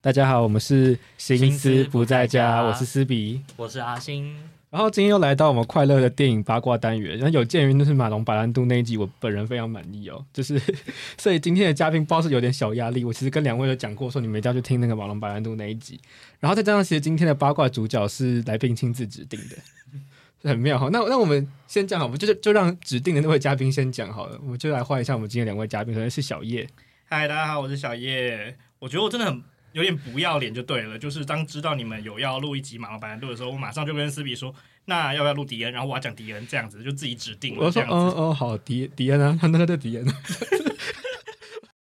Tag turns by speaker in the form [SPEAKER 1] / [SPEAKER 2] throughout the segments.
[SPEAKER 1] 大家好，我们是心思不在家，
[SPEAKER 2] 心思不在家
[SPEAKER 1] 我是思比。
[SPEAKER 2] 我是阿星，
[SPEAKER 1] 然后今天又来到我们快乐的电影八卦单元，那有鉴于就是马龙白兰度那一集，我本人非常满意哦，就是 所以今天的嘉宾包是有点小压力。我其实跟两位有讲过，说你们一定要去听那个马龙白兰度那一集，然后再加上其实今天的八卦主角是来宾亲自指定的， 很妙哦哈、那那我们先这样好，我们就就让指定的那位嘉宾先讲好了，我们就来换一下我们今天的两位嘉宾，首先是小叶，
[SPEAKER 3] 嗨，大家好，我是小叶。我觉得我真的很有点不要脸，就对了。就是当知道你们有要录一集马老板录的时候，我马上就跟思比说，那要不要录迪恩？然后我要讲迪恩，这样子就自己指定
[SPEAKER 1] 我
[SPEAKER 3] 了。
[SPEAKER 1] 就
[SPEAKER 3] 这
[SPEAKER 1] 说
[SPEAKER 3] 样
[SPEAKER 1] 嗯
[SPEAKER 3] 子，
[SPEAKER 1] 嗯好，迪迪恩啊，他 那个叫迪恩。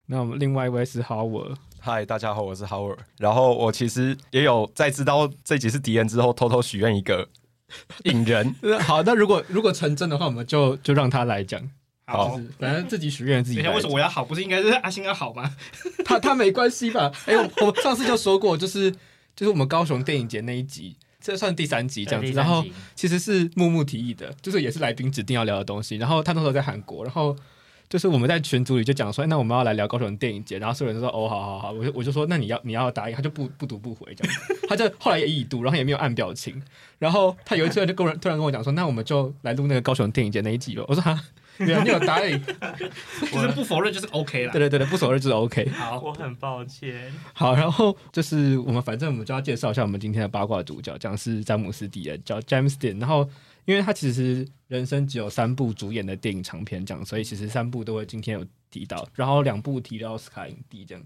[SPEAKER 1] 那我们另外一位是 Howard，
[SPEAKER 4] 嗨，大家好，我是 Howard。然后我其实也有在知道这集是敌人之后，偷偷许愿一 个引人。
[SPEAKER 1] 那呃好，那如果如果成真的话，我们就就让他来讲，
[SPEAKER 3] 好。
[SPEAKER 1] 就是反正自己许愿自
[SPEAKER 3] 等
[SPEAKER 1] 己
[SPEAKER 3] 一下，
[SPEAKER 1] 来
[SPEAKER 3] 为什么我要好？不是应该是阿星要 好吗？
[SPEAKER 1] 他他没关系吧？ 哎、我我上次就说过，就是就是我们高雄电影节那一集，这算第三集这样子。
[SPEAKER 2] 对
[SPEAKER 1] 然后
[SPEAKER 2] 第三集
[SPEAKER 1] 其实是木木提议的，就是也是来宾指定要聊的东西。然后他那时候在韩国，然后就是哦我们在群组里就讲说，哎那我们要来聊高雄电影节，然后所有人都说哦，好好好，我就我就说那你要你要答应，他就不不读不回这样，他就后来也已读，然后也没有按表情。然后他有一次就跟我突然跟我讲说，那我们就来录那个高雄电影节那一集吧。我说哈，没有你有答应，
[SPEAKER 3] 就是不否认，就是 OK 啦
[SPEAKER 1] 对。对对对，不否认就是 OK。
[SPEAKER 3] 好，
[SPEAKER 2] 我很抱歉，
[SPEAKER 1] 好，然后就是我们反正我们就要介绍一下我们今天的八卦主角，讲是詹姆斯·迪恩，叫 James Dean。然后，因为他其实人生只有三部主演的电影长片奖，所以其实三部都会今天有提到，然后两部提到奥斯卡影帝这样。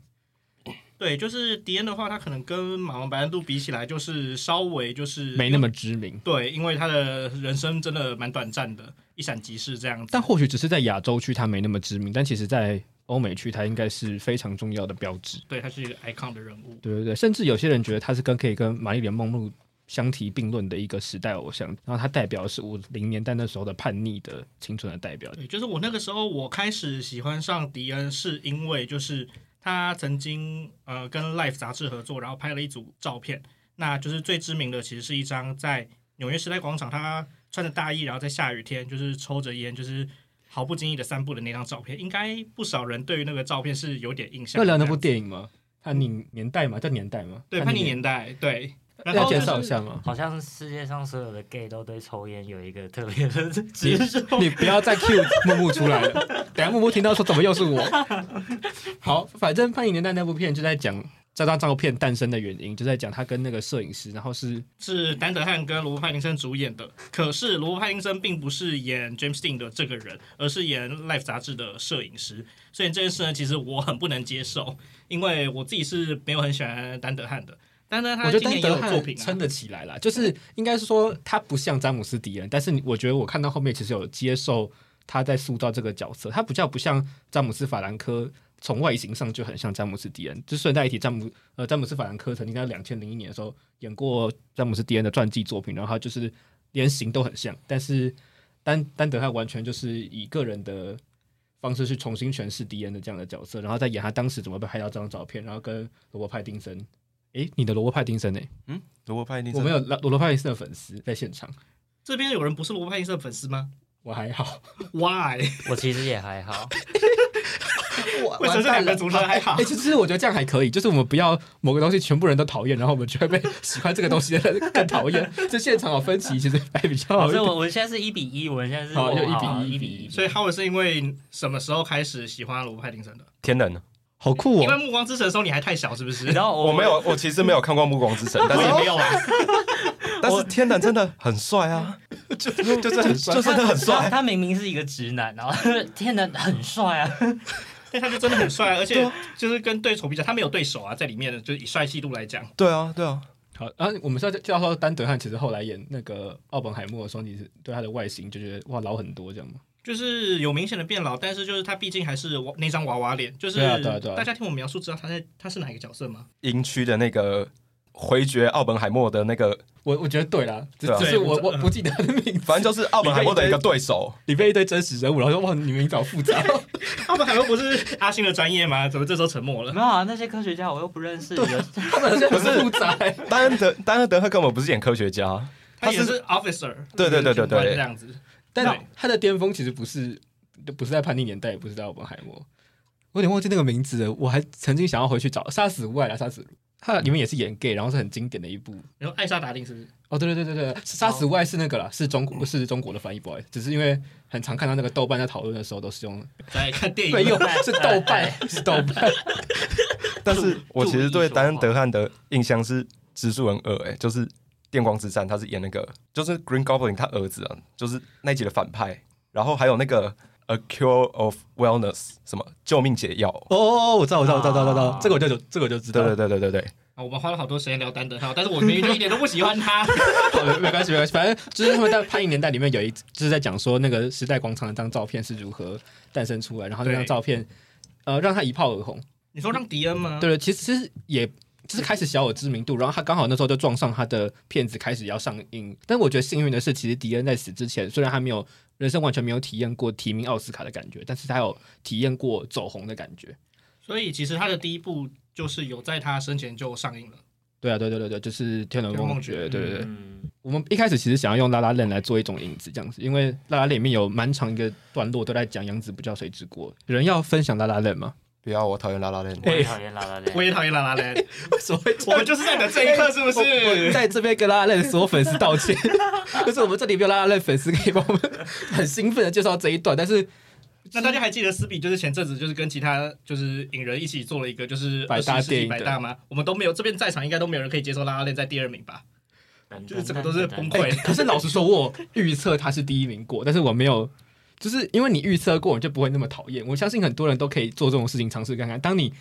[SPEAKER 3] 对，就是迪恩的话，他可能跟马龙白兰度比起来，就是稍微就是
[SPEAKER 1] 没那么知名，
[SPEAKER 3] 对，因为他的人生真的蛮短暂的，一闪即逝这样子。
[SPEAKER 1] 但或许只是在亚洲区他没那么知名，但其实在欧美区他应该是非常重要的标志。
[SPEAKER 3] 对他是一个 icon 的人物。
[SPEAKER 1] 对对对，甚至有些人觉得他是跟可以跟玛丽莲梦露相提并论的一个时代偶像，然后他代表的是五零年代那时候的叛逆的青春的代表。
[SPEAKER 3] 对，就是我那个时候，我开始喜欢上迪恩，是因为就是他曾经呃跟 Life 杂志合作，然后拍了一组照片。那就是最知名的，其实是一张在纽约时代广场，他穿着大衣，然后在下雨天，就是抽着烟，就是毫不经意的散步的那张照片。应该不少人对于那个照片是有点印象
[SPEAKER 1] 要
[SPEAKER 3] 的。
[SPEAKER 1] 聊那
[SPEAKER 3] 这
[SPEAKER 1] 部
[SPEAKER 3] 样
[SPEAKER 1] 电影吗？叛逆年代嘛，叫年代嘛。
[SPEAKER 3] 对叛逆年代，对，然
[SPEAKER 1] 要
[SPEAKER 3] 后
[SPEAKER 1] 介
[SPEAKER 3] 就是
[SPEAKER 1] 绍一下吗？
[SPEAKER 2] 好像世界上所有的 gay 都对抽烟有一个特别的执着。
[SPEAKER 1] 你不要再 cue 木木出来了，等下木木听到说怎么又是我。好，反正《叛逆年代》那部片就在讲这张照片诞生的原因，就在讲他跟那个摄影师，然后是
[SPEAKER 3] 是丹德汉跟罗伯·派丁森主演的。可是罗伯·派丁森并不是演 James Dean 的这个人，而是演《Life》杂志的摄影师。所以这件事呢，其实我很不能接受，因为我自己是没有很喜欢丹德汉的。丹德
[SPEAKER 1] 我
[SPEAKER 3] 汉
[SPEAKER 1] 觉得
[SPEAKER 3] 今
[SPEAKER 1] 丹
[SPEAKER 3] 年也
[SPEAKER 1] 德
[SPEAKER 3] 有作
[SPEAKER 1] 汉
[SPEAKER 3] 品
[SPEAKER 1] 撑
[SPEAKER 3] 啊，
[SPEAKER 1] 得起来啦，就是应该是说他不像詹姆斯·迪恩，但是我觉得我看到后面其实有接受他在塑造这个角色，他比较不像詹姆斯·法兰科。从外形上就很像詹姆斯·迪恩，就顺带一提，詹姆呃詹姆斯·法兰科曾经在两千零一年的时候演过呃詹姆斯·迪恩的传记作品，然后他就是连型都很像，但是丹丹德他完全就是以个人的方式去重新诠释迪恩的这样的角色，然后再演他当时怎么被拍到这张照片，然后跟罗伯·派丁森，诶，你的罗伯·派丁森呢、
[SPEAKER 4] 如果派定
[SPEAKER 1] 我没有罗罗伯派丁森的粉丝在现场，
[SPEAKER 3] 这边有人不是罗伯·派丁森的粉丝吗
[SPEAKER 1] 我还好。
[SPEAKER 3] ？Why？
[SPEAKER 2] 我其实也还好，
[SPEAKER 3] 为什么这两个主持人还好
[SPEAKER 1] 哎、？其实我觉得这样还可以，就是我们不要某个东西全部人都讨厌，然后我们就会 被喜欢这个东西的人更讨厌。这现场有分歧，其实还比较哦好一
[SPEAKER 2] 所以
[SPEAKER 1] 点。
[SPEAKER 2] 我我现在是一比一，我们现在是
[SPEAKER 1] 好就
[SPEAKER 2] 哦
[SPEAKER 1] 一
[SPEAKER 2] 一
[SPEAKER 1] 比一
[SPEAKER 2] 比一，
[SPEAKER 3] 所以哈维是因为什么时候开始喜欢罗伯·派丁森的？
[SPEAKER 4] 天人呢？
[SPEAKER 1] 好酷
[SPEAKER 3] 因为《
[SPEAKER 1] 哦！
[SPEAKER 3] 暮光之城》的时候你还太小，是不是
[SPEAKER 2] 你知？道
[SPEAKER 4] 我没有，我其实没有看过《暮光之城》，但
[SPEAKER 3] 我也
[SPEAKER 1] 哦
[SPEAKER 4] 是
[SPEAKER 3] 没有啊。
[SPEAKER 4] 但是天人真的很帅啊， 就就是很就真的
[SPEAKER 2] 他
[SPEAKER 4] 很帅。
[SPEAKER 2] 他明明是一个直男，然后天哪，很帅啊！
[SPEAKER 3] 但他就真的很帅，而
[SPEAKER 1] 啊
[SPEAKER 3] 且就是跟对手比较，他没有对手啊，在里面的就是以帅气度来讲，
[SPEAKER 4] 对啊，对啊，
[SPEAKER 1] 好，然、后我们是要就要说丹德汉，其实后来演那个奥本海默的时候，你是对他的外形就觉得哇老很多这样吗？
[SPEAKER 3] 就是有明显的变老，但是就是他毕竟还是娃那张娃娃脸，就是
[SPEAKER 1] 对啊对啊对啊
[SPEAKER 3] 大家听我描述知道他在他是哪一个角色吗？
[SPEAKER 4] 营区的那个回绝奥本海默的那个，
[SPEAKER 1] 我我觉得对啦，只
[SPEAKER 4] 对啊
[SPEAKER 1] 只是我我不记得他的名字，
[SPEAKER 4] 反正就是奥本海默的一个对手。
[SPEAKER 1] 里面一堆真实人物，然后说哇你们好 复杂哦。
[SPEAKER 3] 他们海默不是阿星的专业吗？怎么这时候沉默了？
[SPEAKER 2] 没有啊，那些科学家我又不认识，有
[SPEAKER 1] 他们好像很复杂、欸。
[SPEAKER 4] 丹恩德丹恩德赫根本不是演科学家，
[SPEAKER 3] 他
[SPEAKER 4] 他
[SPEAKER 3] 也
[SPEAKER 4] 是
[SPEAKER 3] 是 officer，
[SPEAKER 4] 对对对对
[SPEAKER 3] 就是军
[SPEAKER 4] 对
[SPEAKER 3] 官这样子。
[SPEAKER 1] 但
[SPEAKER 3] 对
[SPEAKER 1] 他的巅峰其实不是，不是在叛逆年代，也不是在奥本海默。我有点忘记那个名字了，我还曾经想要回去找杀死无爱啦，杀死它里面也是演 gay，然后是很经典的一部。
[SPEAKER 3] 然后艾莎达令是不是？
[SPEAKER 1] 哦，对对对对对，杀死无爱是那个啦，是中国是中国的翻译，不好意思，只是因为很常看到那个豆瓣在讨论的时候都是用，
[SPEAKER 3] 在看电
[SPEAKER 1] 对，
[SPEAKER 3] 影啊
[SPEAKER 1] 用 是豆瓣，是豆瓣，
[SPEAKER 4] 但是我其实对丹恩
[SPEAKER 2] 注意
[SPEAKER 4] 德汉的印象是蜘蛛人二，哎，就是电光之战，他是演那个就是 Green Goblin 他儿子啊，就是那一集的反派，然后还有那个 A Cure of Wellness 什么救命解药，
[SPEAKER 1] 哦，我知道，我知道，我知道，我知道，
[SPEAKER 2] 啊
[SPEAKER 1] 这个我就这个我就知道
[SPEAKER 4] 对
[SPEAKER 1] 了
[SPEAKER 4] 对。对对对对，
[SPEAKER 3] 啊，我们花了好多时间聊丹德浩，但是我明明就一点都不喜欢他。
[SPEAKER 1] 好哦没没关系，没关系，反正就是他们在叛逆年代里面有一，就是在讲说那个时代广场的那张照片是如何诞生出来，然后那张
[SPEAKER 3] 对
[SPEAKER 1] 照片，呃，让他一炮而红。
[SPEAKER 3] 你说让迪恩吗？
[SPEAKER 1] 对，其实也就是开始小有知名度，然后他刚好那时候就撞上他的片子开始要上映。但我觉得幸运的是，其实迪恩在死之前，虽然他没有人生完全没有体验过提名奥斯卡的感觉，但是他有体验过走红的感觉。
[SPEAKER 3] 所以其实他的第一部就是有在他生前就上映了。
[SPEAKER 1] 对啊，对对对对，就是《天龙
[SPEAKER 3] 天龙
[SPEAKER 1] 梦
[SPEAKER 3] 梦
[SPEAKER 1] 觉》，
[SPEAKER 3] 觉
[SPEAKER 1] 对对对。
[SPEAKER 2] 嗯，
[SPEAKER 1] 我们一开始其实想要用拉拉链来做一种引子，这样子，因为拉拉链里面有蛮长一个段落都在讲杨子不教谁之过。有人要分享拉拉链吗？
[SPEAKER 4] 不要我讨厌拉拉链。
[SPEAKER 2] 我也讨厌拉拉链，
[SPEAKER 3] 我也讨厌拉拉链，
[SPEAKER 1] 为什么会这样
[SPEAKER 3] 我们就是在等这一刻，是
[SPEAKER 1] 我
[SPEAKER 3] 不
[SPEAKER 1] 我
[SPEAKER 3] 是？
[SPEAKER 1] 在这边跟拉拉链所有粉丝道 歉，就是我们这里没有拉拉链粉丝可以帮我们很兴奋的介绍这一段，但是
[SPEAKER 3] 那大家还记得斯比就是前阵子就是跟其他就是影人一起做了一个就是
[SPEAKER 1] 百大
[SPEAKER 3] 20世纪
[SPEAKER 1] 电影的
[SPEAKER 3] 百大吗？我们都没有，这边在场应该都没有人可以接受拉拉链在第二名吧？就是整个都是 崩溃
[SPEAKER 1] 哎、可是老实说，我有预测他是第一名过，但是我没有，就是因为你预测过，你就不会那么讨厌。我相信很多人都可以做这种事情尝试看看。当你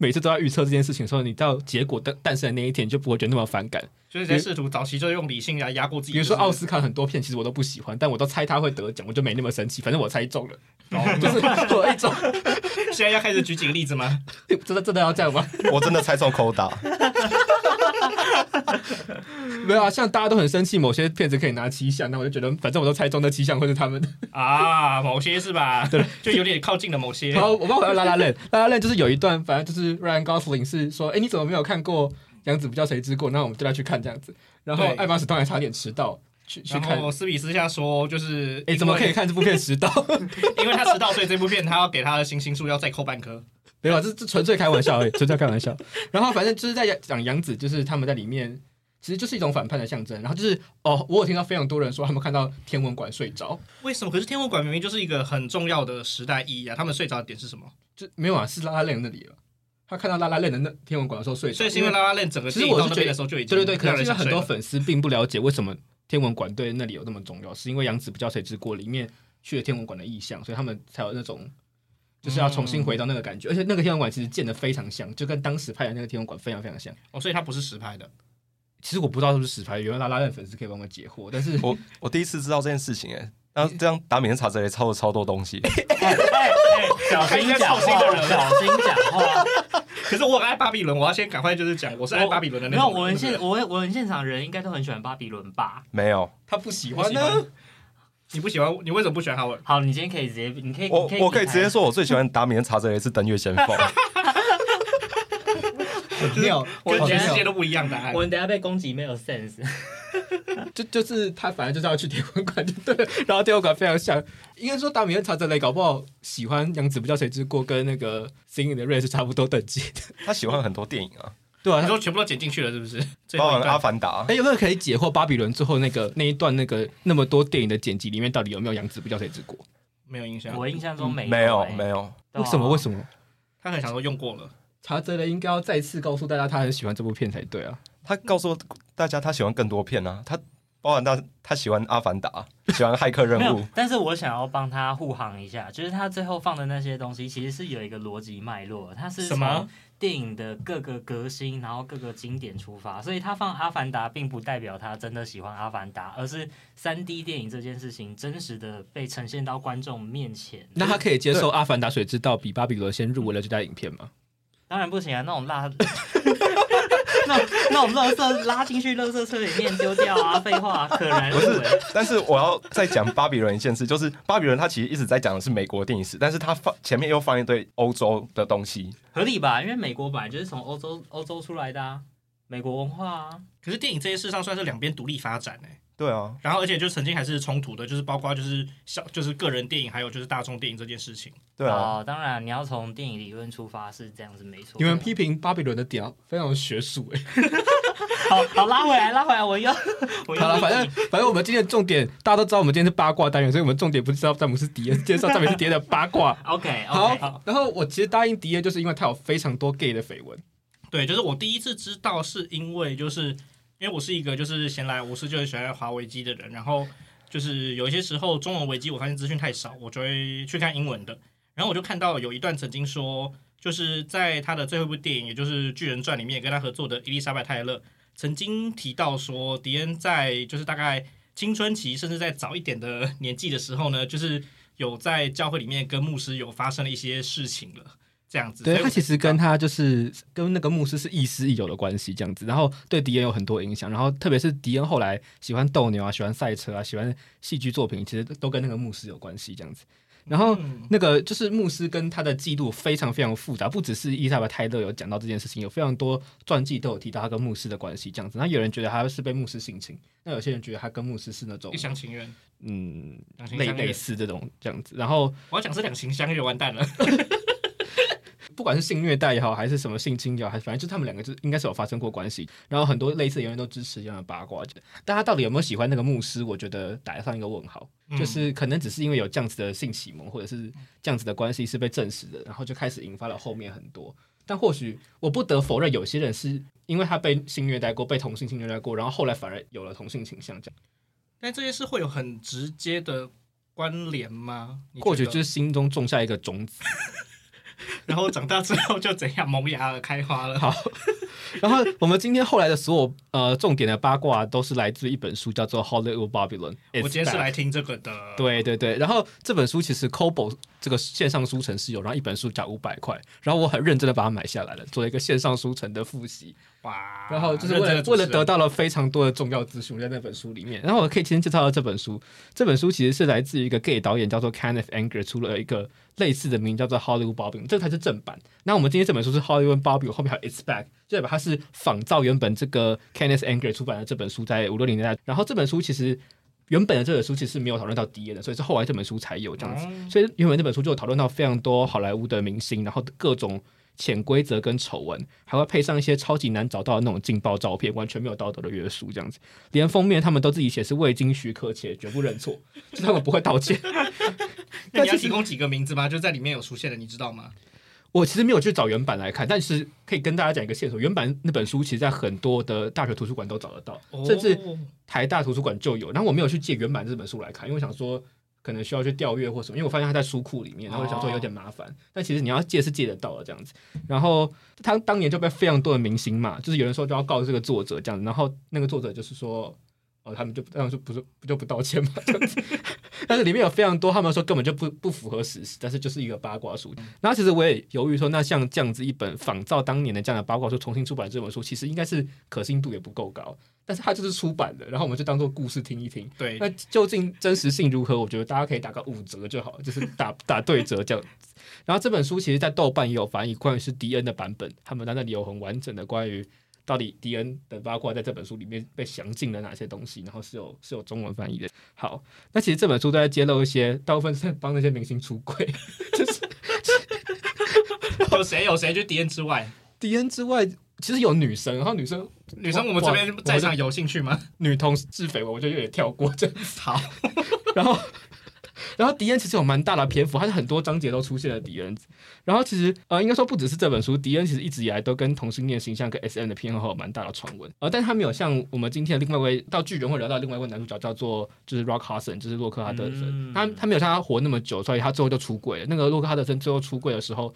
[SPEAKER 1] 每次都要预测这件事情的时候，你到结果诞诞生的那一天，你就不会觉得那么反感。
[SPEAKER 3] 就是在试图早期就用理性来压过自己。
[SPEAKER 1] 比如说
[SPEAKER 3] 就是
[SPEAKER 1] 奥斯卡很多片，其实我都不喜欢，但我都猜他会得奖，我就没那么生气。反正我猜中了，
[SPEAKER 3] 哦
[SPEAKER 1] 就是我一中，
[SPEAKER 3] 现在要开始举几个例子吗？
[SPEAKER 1] 真的真的要这样吗？
[SPEAKER 4] 我真的猜中扣 打，
[SPEAKER 1] 没有啊，像大家都很生气，某些片子可以拿七项，那我就觉得反正我都猜中，那七项会是他们的。
[SPEAKER 3] 啊，某些是吧？对，就有点靠近了某些
[SPEAKER 1] 然。后我们回到拉拉链，拉拉链就是有一段，反正就是 Ryan Gosling 是说，哎，你怎么没有看过《杨子不叫谁之过》？那我们就来去看这样子。然后
[SPEAKER 3] 对
[SPEAKER 1] 艾玛史当然差点迟到去去看
[SPEAKER 3] 然，后斯比私下说，就是
[SPEAKER 1] 哎，怎么可以
[SPEAKER 3] 因
[SPEAKER 1] 看这部片迟到？
[SPEAKER 3] 为？ 因为他迟到，所以这部片他要给他的星星数要再扣半颗。
[SPEAKER 1] 没有啊，这这纯粹开玩笑而已，纯粹开玩笑。然后反正就是在讲杨子，就是他们在里面。其实就是一种反叛的象征，然后就是哦，我有听到非常多人说他们看到天文馆睡着，
[SPEAKER 3] 为什么？可是天文馆明明就是一个很重要的时代意义啊！他们睡着的点是什么？
[SPEAKER 1] 就没有啊，是拉拉链那里了。他看到拉拉链的那天文馆的时候睡着，
[SPEAKER 3] 所以是因为拉拉链整个
[SPEAKER 1] 其实
[SPEAKER 3] 电
[SPEAKER 1] 嗯
[SPEAKER 3] 影
[SPEAKER 1] 我是
[SPEAKER 3] 到那
[SPEAKER 1] 觉得
[SPEAKER 3] 边的时候就已经
[SPEAKER 1] 对对对，可
[SPEAKER 3] 让
[SPEAKER 1] 能
[SPEAKER 3] 人
[SPEAKER 1] 是因为
[SPEAKER 3] 想
[SPEAKER 1] 很
[SPEAKER 3] 睡
[SPEAKER 1] 多
[SPEAKER 3] 了。
[SPEAKER 1] 粉丝并不了解为什么天文馆对那里有那么重要，是因为杨子不叫谁之过里面去了天文馆的意象，所以他们才有那种就是要重新回到那个感觉。而且那个天文馆其实建的非常像，就跟当时拍的那个天文馆非常非常像。
[SPEAKER 3] 哦，所以他不是实拍的。
[SPEAKER 1] 其实我不知道是不是实拍，原来拉拉的粉丝可以帮我解惑，但是
[SPEAKER 4] 我我第一次知道这件事情哎、然后这样打免查这里抄了超多东西，
[SPEAKER 2] 哎哎哎小心讲话，小心讲话。
[SPEAKER 3] 可是我很爱巴比伦，我要先赶快就是讲，我是爱巴比伦的那
[SPEAKER 2] 没
[SPEAKER 3] 种
[SPEAKER 2] 有，我们
[SPEAKER 3] 人。对不
[SPEAKER 2] 现
[SPEAKER 3] 对
[SPEAKER 2] 我们我们现场人应该都很喜欢巴比伦吧？
[SPEAKER 4] 没有，
[SPEAKER 1] 他不喜
[SPEAKER 3] 欢呢你不喜欢，你为什么不喜欢哈文？
[SPEAKER 2] 好，你今天可以直接，你可以，
[SPEAKER 4] 我
[SPEAKER 2] 你
[SPEAKER 4] 我可以直接
[SPEAKER 2] 离
[SPEAKER 4] 说，我最喜欢达米恩查泽雷是《登月先锋》，
[SPEAKER 1] 没有，我
[SPEAKER 3] 跟
[SPEAKER 1] 没
[SPEAKER 3] 全世界
[SPEAKER 1] 有，
[SPEAKER 3] 都不一样答
[SPEAKER 2] 开，
[SPEAKER 3] 案
[SPEAKER 2] 我。们等一下被攻击没有 sense。
[SPEAKER 1] 就就是他反正就是要去天文馆就对了，然后天文馆非常像，应该说达米恩查泽雷搞不好喜欢杨子不叫谁之过跟那个 Singing 的 Ray 是差不多等级的，
[SPEAKER 4] 他喜欢很多电影啊，
[SPEAKER 1] 对啊，
[SPEAKER 3] 你说全部都剪进去了，是不是？最
[SPEAKER 4] 包
[SPEAKER 3] 后
[SPEAKER 4] 含
[SPEAKER 3] 一
[SPEAKER 4] 《阿
[SPEAKER 3] 段
[SPEAKER 4] 凡达》
[SPEAKER 1] 哎、有没有可以解惑巴比伦最后那个那一段那个那么多电影的剪辑里面到底有没有杨子不叫谁之过？
[SPEAKER 3] 没有印象，
[SPEAKER 2] 我印象中没
[SPEAKER 4] 没有
[SPEAKER 2] 有
[SPEAKER 4] 没
[SPEAKER 2] 有，
[SPEAKER 4] 有，
[SPEAKER 2] 对啊
[SPEAKER 1] 为什么？为什么？
[SPEAKER 3] 他很想说用过了。
[SPEAKER 1] 查泽雷应该要再次告诉大家他很喜欢这部片才对啊！
[SPEAKER 4] 他告诉大家他喜欢更多片啊，他包含他他喜欢《阿凡达》，喜欢《骇客任
[SPEAKER 2] 没
[SPEAKER 4] 务
[SPEAKER 2] 有，但是我想要帮他护航一下，就是他最后放的那些东西，其实是有一个逻辑脉络，他是
[SPEAKER 3] 什么
[SPEAKER 2] 从电影的各个革新，然后各个经典出发，所以他放《阿凡达》并不代表他真的喜欢《阿凡达》，而是三 D 电影这件事情真实的被呈现到观众面前。
[SPEAKER 1] 那他可以接受《阿凡达水之道》比《巴比伦》先入围了最佳影片吗？
[SPEAKER 2] 当然不行啊，那种辣， 那那种垃圾拉进去垃圾车里面丢掉啊，废话、可燃
[SPEAKER 4] 不
[SPEAKER 2] 物、
[SPEAKER 4] 是
[SPEAKER 2] 欸。，
[SPEAKER 4] 但是我要再讲巴比伦一件事，就是巴比伦他其实一直在讲的是美国电影史，但是他放前面又放一堆欧洲的东西，
[SPEAKER 2] 合理吧？因为美国本来就是从欧洲欧洲出来的啊，美国文化啊。
[SPEAKER 3] 可是电影这件事上算是两边独立发展哎、
[SPEAKER 4] 对啊，
[SPEAKER 3] 然后而且就曾经还是冲突的，就是包括就是小就是个人电影，还有就是大众电影这件事情。
[SPEAKER 4] 对啊，
[SPEAKER 2] 哦，当然你要从电影理论出发是这样子没错。
[SPEAKER 1] 你们批评巴比伦的点啊非常学术哎、
[SPEAKER 2] 好好拉回来，拉回来，我又 我又
[SPEAKER 1] 好了，反正反正我们今天的重点大家都知道，我们今天是八卦单元，所以我们重点不是知道詹姆斯迪恩，介绍詹姆斯迪恩的八卦。
[SPEAKER 2] OK
[SPEAKER 1] 好，然后我其实答应迪恩，就是因为他有非常多 gay 的绯闻。
[SPEAKER 3] 对，就是我第一次知道，是因为就是因为我是一个就是闲来无事就很喜欢滑维基的人，然后就是有一些时候中文维基我发现资讯太少，我就会去看英文的，然后我就看到有一段曾经说，就是在他的最后一部电影，也就是《巨人传》里面跟他合作的伊丽莎白泰勒曾经提到说，迪恩在就是大概青春期，甚至在早一点的年纪的时候呢，就是有在教会里面跟牧师有发生了一些事情了。这样子，所
[SPEAKER 1] 对
[SPEAKER 3] 以
[SPEAKER 1] 他
[SPEAKER 3] 我嗯
[SPEAKER 1] 其实跟他就是跟那个牧师是亦师亦友的关系这样子，然后对迪恩有很多影响，然后特别是迪恩后来喜欢斗牛啊，喜欢赛车啊，喜欢戏剧作品，其实都跟那个牧师有关系这样子。然
[SPEAKER 3] 嗯
[SPEAKER 1] 后那个就是牧师跟他的记录非常非常复杂，不只是伊丽莎白泰勒有讲到这件事情，有非常多传记都有提到他跟牧师的关系这样子。那有人觉得他是被牧师性侵，那有些人觉得他跟牧师是那种
[SPEAKER 3] 一厢情愿，
[SPEAKER 1] 嗯
[SPEAKER 3] 两情
[SPEAKER 1] 类
[SPEAKER 3] 相
[SPEAKER 1] 类
[SPEAKER 3] 悦。
[SPEAKER 1] 似这种这样子，然后
[SPEAKER 3] 我要讲是两情相悦，完蛋了。
[SPEAKER 1] 不管是性虐待也好，还是什么性侵也好，还是反正就是他们两个就应该是有发生过关系。然后很多类似的言论都支持这样的八卦，但他到底有没有喜欢那个牧师，我觉得打上一个问号。
[SPEAKER 3] 嗯
[SPEAKER 1] 就是可能只是因为有这样子的性启蒙，或者是这样子的关系是被证实的，然后就开始引发了后面很多。但或许我不得否认，有些人是因为他被性虐待过，被同性性虐待过，然后后来反而有了同性倾向，这样
[SPEAKER 3] 但这件事会有很直接的关联吗？你
[SPEAKER 1] 或许
[SPEAKER 3] 得
[SPEAKER 1] 就是心中种下一个种子。
[SPEAKER 3] 然后长大之后就怎样萌芽了、开 花了。
[SPEAKER 1] 好， 然后我们今天后来的所有呃重点的八卦都是来自一本书，叫做《Hollywood Babylon》。
[SPEAKER 3] 我今天是来。听这个的。
[SPEAKER 1] 对对对，然后这本书其实 Kobo 这个线上书城是有，然后一本书价五百块，然后我很认真的把它买下来了，做了一个线上书城的复习，
[SPEAKER 3] 哇，
[SPEAKER 1] 然后就是为
[SPEAKER 3] 认真
[SPEAKER 1] 了
[SPEAKER 3] 的主
[SPEAKER 1] 为
[SPEAKER 3] 持
[SPEAKER 1] 了
[SPEAKER 3] 人
[SPEAKER 1] 得到了非常多的重要资讯在那本书里面，然后我可以先介绍到这本书，这本书其实是来自于一个 gay 导演叫做 Kenneth Anger 出了一个类似的名叫做 Hollywood Bobbing，这才是正版。那我们今天这本书是 Hollywood Bobbing，后面还有 It's Back，就代表它是仿照原本这个 Kenneth Anger 出版的这本书在五六零年代，然后这本书其实。原本的这本书其实没有讨论到迪恩的，所以是后来这本书才有这样子。
[SPEAKER 3] 哦
[SPEAKER 1] 所以原本这本书就讨论到非常多好莱坞的明星，然后各种潜规则跟丑闻，还会配上一些超级难找到的那种劲爆照片，完全没有道德的约束，这样子。连封面他们都自己写是未经许可且绝不认错， 就他们不会道歉。
[SPEAKER 3] 那
[SPEAKER 1] 但
[SPEAKER 3] 你要
[SPEAKER 1] 其
[SPEAKER 3] 提
[SPEAKER 1] 实
[SPEAKER 3] 供几个名字吗？就在里面有出现的，你知道吗？
[SPEAKER 1] 我其实没有去找原版来看，但是可以跟大家讲一个线索，原版那本书其实在很多的大学图书馆都找得到，甚至
[SPEAKER 3] 哦
[SPEAKER 1] 台大图书馆就有。然后我没有去借原版这本书来看，因为我想说可能需要去调阅或什么，因为我发现它在书库里面，然后我想说有点麻烦。但其实你要借是借得到的这样子。然后他当年就被非常多的明星嘛，就是有人说就要告这个作者这样子，然后那个作者就是说。哦，他们就他们说不是不就不道歉嘛，这样子。但是里面有非常多，他们说根本就不不符合史实，但是就是一个八卦书。然后其实我也犹豫说，那像这样子一本仿照当年的这样的八卦书重新出版这本书，其实应该是可信度也不够高。但是它就是出版的，然后我们就当做故事听一听。
[SPEAKER 3] 对，
[SPEAKER 1] 那究竟真实性如何？我觉得大家可以打个五折就好，就是打打对折这样子。然后这本书其实，在豆瓣也有翻译，关于是迪恩的版本，他们在那里有很完整的关于到底迪恩的八卦在这本书里面被详尽了哪些东西，然后是有 是有中文翻译的。好，那其实这本书都在揭露一些，大部分是在帮那些明星出轨， 就是
[SPEAKER 3] 有谁有谁？就迪恩之外，
[SPEAKER 1] 迪恩之外，其实有女生，然后女生
[SPEAKER 3] 女生我们这边在场有兴趣吗？
[SPEAKER 1] 女同志绯闻，我就有点跳过这样
[SPEAKER 3] 好，
[SPEAKER 1] 然后， 然后迪恩其实有蛮大的篇幅，他是很多章节都出现了迪恩。然后其实呃，应该说不只是这本书，迪恩其实一直以来都跟同性恋形象跟 S M 的偏好有蛮大的传闻。呃，但他没有像我们今天的另外一位到巨人会聊到另外一位男主角叫做就是 Rock Hudson，就是洛克哈德森。
[SPEAKER 2] 嗯
[SPEAKER 1] 他他没有像他活那么久，所以他最后就出柜了。那个洛克哈德森最后出柜的时候。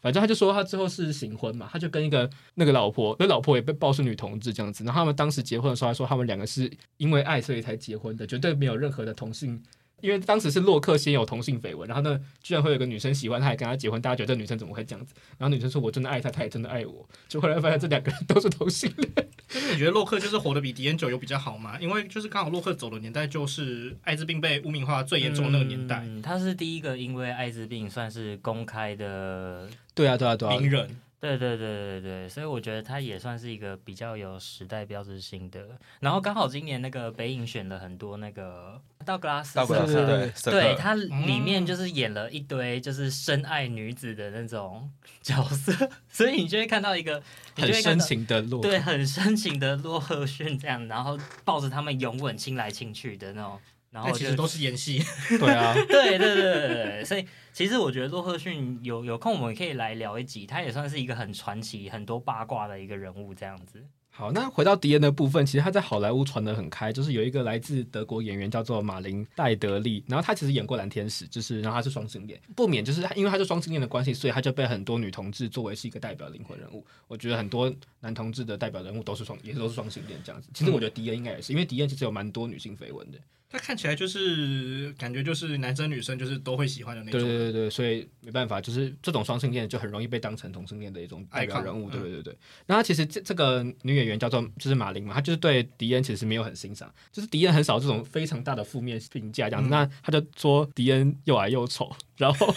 [SPEAKER 1] 反正他就说他最后是行婚嘛，他就跟一个那个老婆，那老婆也被爆是女同志这样子。然后他们当时结婚的时候，还说他们两个是因为爱所以才结婚的，绝对没有任何的同性。因为当时是洛克先有同性绯闻，然后呢，居然会有个女生喜欢他，还跟他结婚，大家觉得这女生怎么会这样子？然后女生说：“我真的爱他，他也真的爱我。”就后来发现这两个人都是同性恋。
[SPEAKER 3] 就是 你觉得洛克就是活得比迪恩久有比较好吗？因为就是刚好洛克走的年代就是艾滋病被污名化最严重的那个年代，
[SPEAKER 2] 嗯他是第一个因为艾滋病算是公开的，
[SPEAKER 1] 对啊，对啊，对
[SPEAKER 3] 名人。
[SPEAKER 2] 对对对对对，所以我觉得它也算是一个比较有时代标志性的。然后刚好今年那个北影选了很多那个道格拉斯
[SPEAKER 4] 道格拉斯
[SPEAKER 1] 对
[SPEAKER 4] 对，
[SPEAKER 2] 对
[SPEAKER 4] 瑟
[SPEAKER 2] 对
[SPEAKER 4] 克
[SPEAKER 2] 他里面就是演了一堆就是深爱女子的那种角色， 所以你就会看到一个你就
[SPEAKER 1] 很
[SPEAKER 2] 会看
[SPEAKER 1] 深
[SPEAKER 2] 到
[SPEAKER 1] 情的落。
[SPEAKER 2] 对，很深情的洛赫逊这样，然后抱着他们拥吻亲来亲去的那种，然后我
[SPEAKER 3] 但其
[SPEAKER 2] 就
[SPEAKER 3] 实都是演戏。
[SPEAKER 1] 对啊，
[SPEAKER 2] 对对对对对对，所以其实我觉得洛赫逊有有空我们可以来聊一集，他也算是一个很传奇、很多八卦的一个人物这样子。
[SPEAKER 1] 好，那回到迪恩的部分，其实他在好莱坞传得很开，就是有一个来自德国演员叫做马林戴德利，然后他其实演过蓝天使，就是然后他是双性恋，不免就是因为他是双性恋的关系，所以他就被很多女同志作为是一个代表灵魂人物。我觉得很多男同志的代表人物都是双，也都是双性恋这样子。其实我觉得迪恩应该也是，因为迪恩其实有蛮多女性绯闻的。
[SPEAKER 3] 他看起来就是感觉就是男生女生就是都会喜欢的那
[SPEAKER 1] 对对
[SPEAKER 3] 种。
[SPEAKER 1] 对对，所以没办法，就是这种双性恋就很容易被当成同性恋的一种代表人物，
[SPEAKER 3] Icon，
[SPEAKER 1] 对对对对。然后其实这这个女演员叫做就是马琳嘛，她就是对迪恩其实没有很欣赏，就是迪恩很少这种非常大的负面评价
[SPEAKER 3] 嗯
[SPEAKER 1] 这样子。那她就说迪恩又矮又丑，然后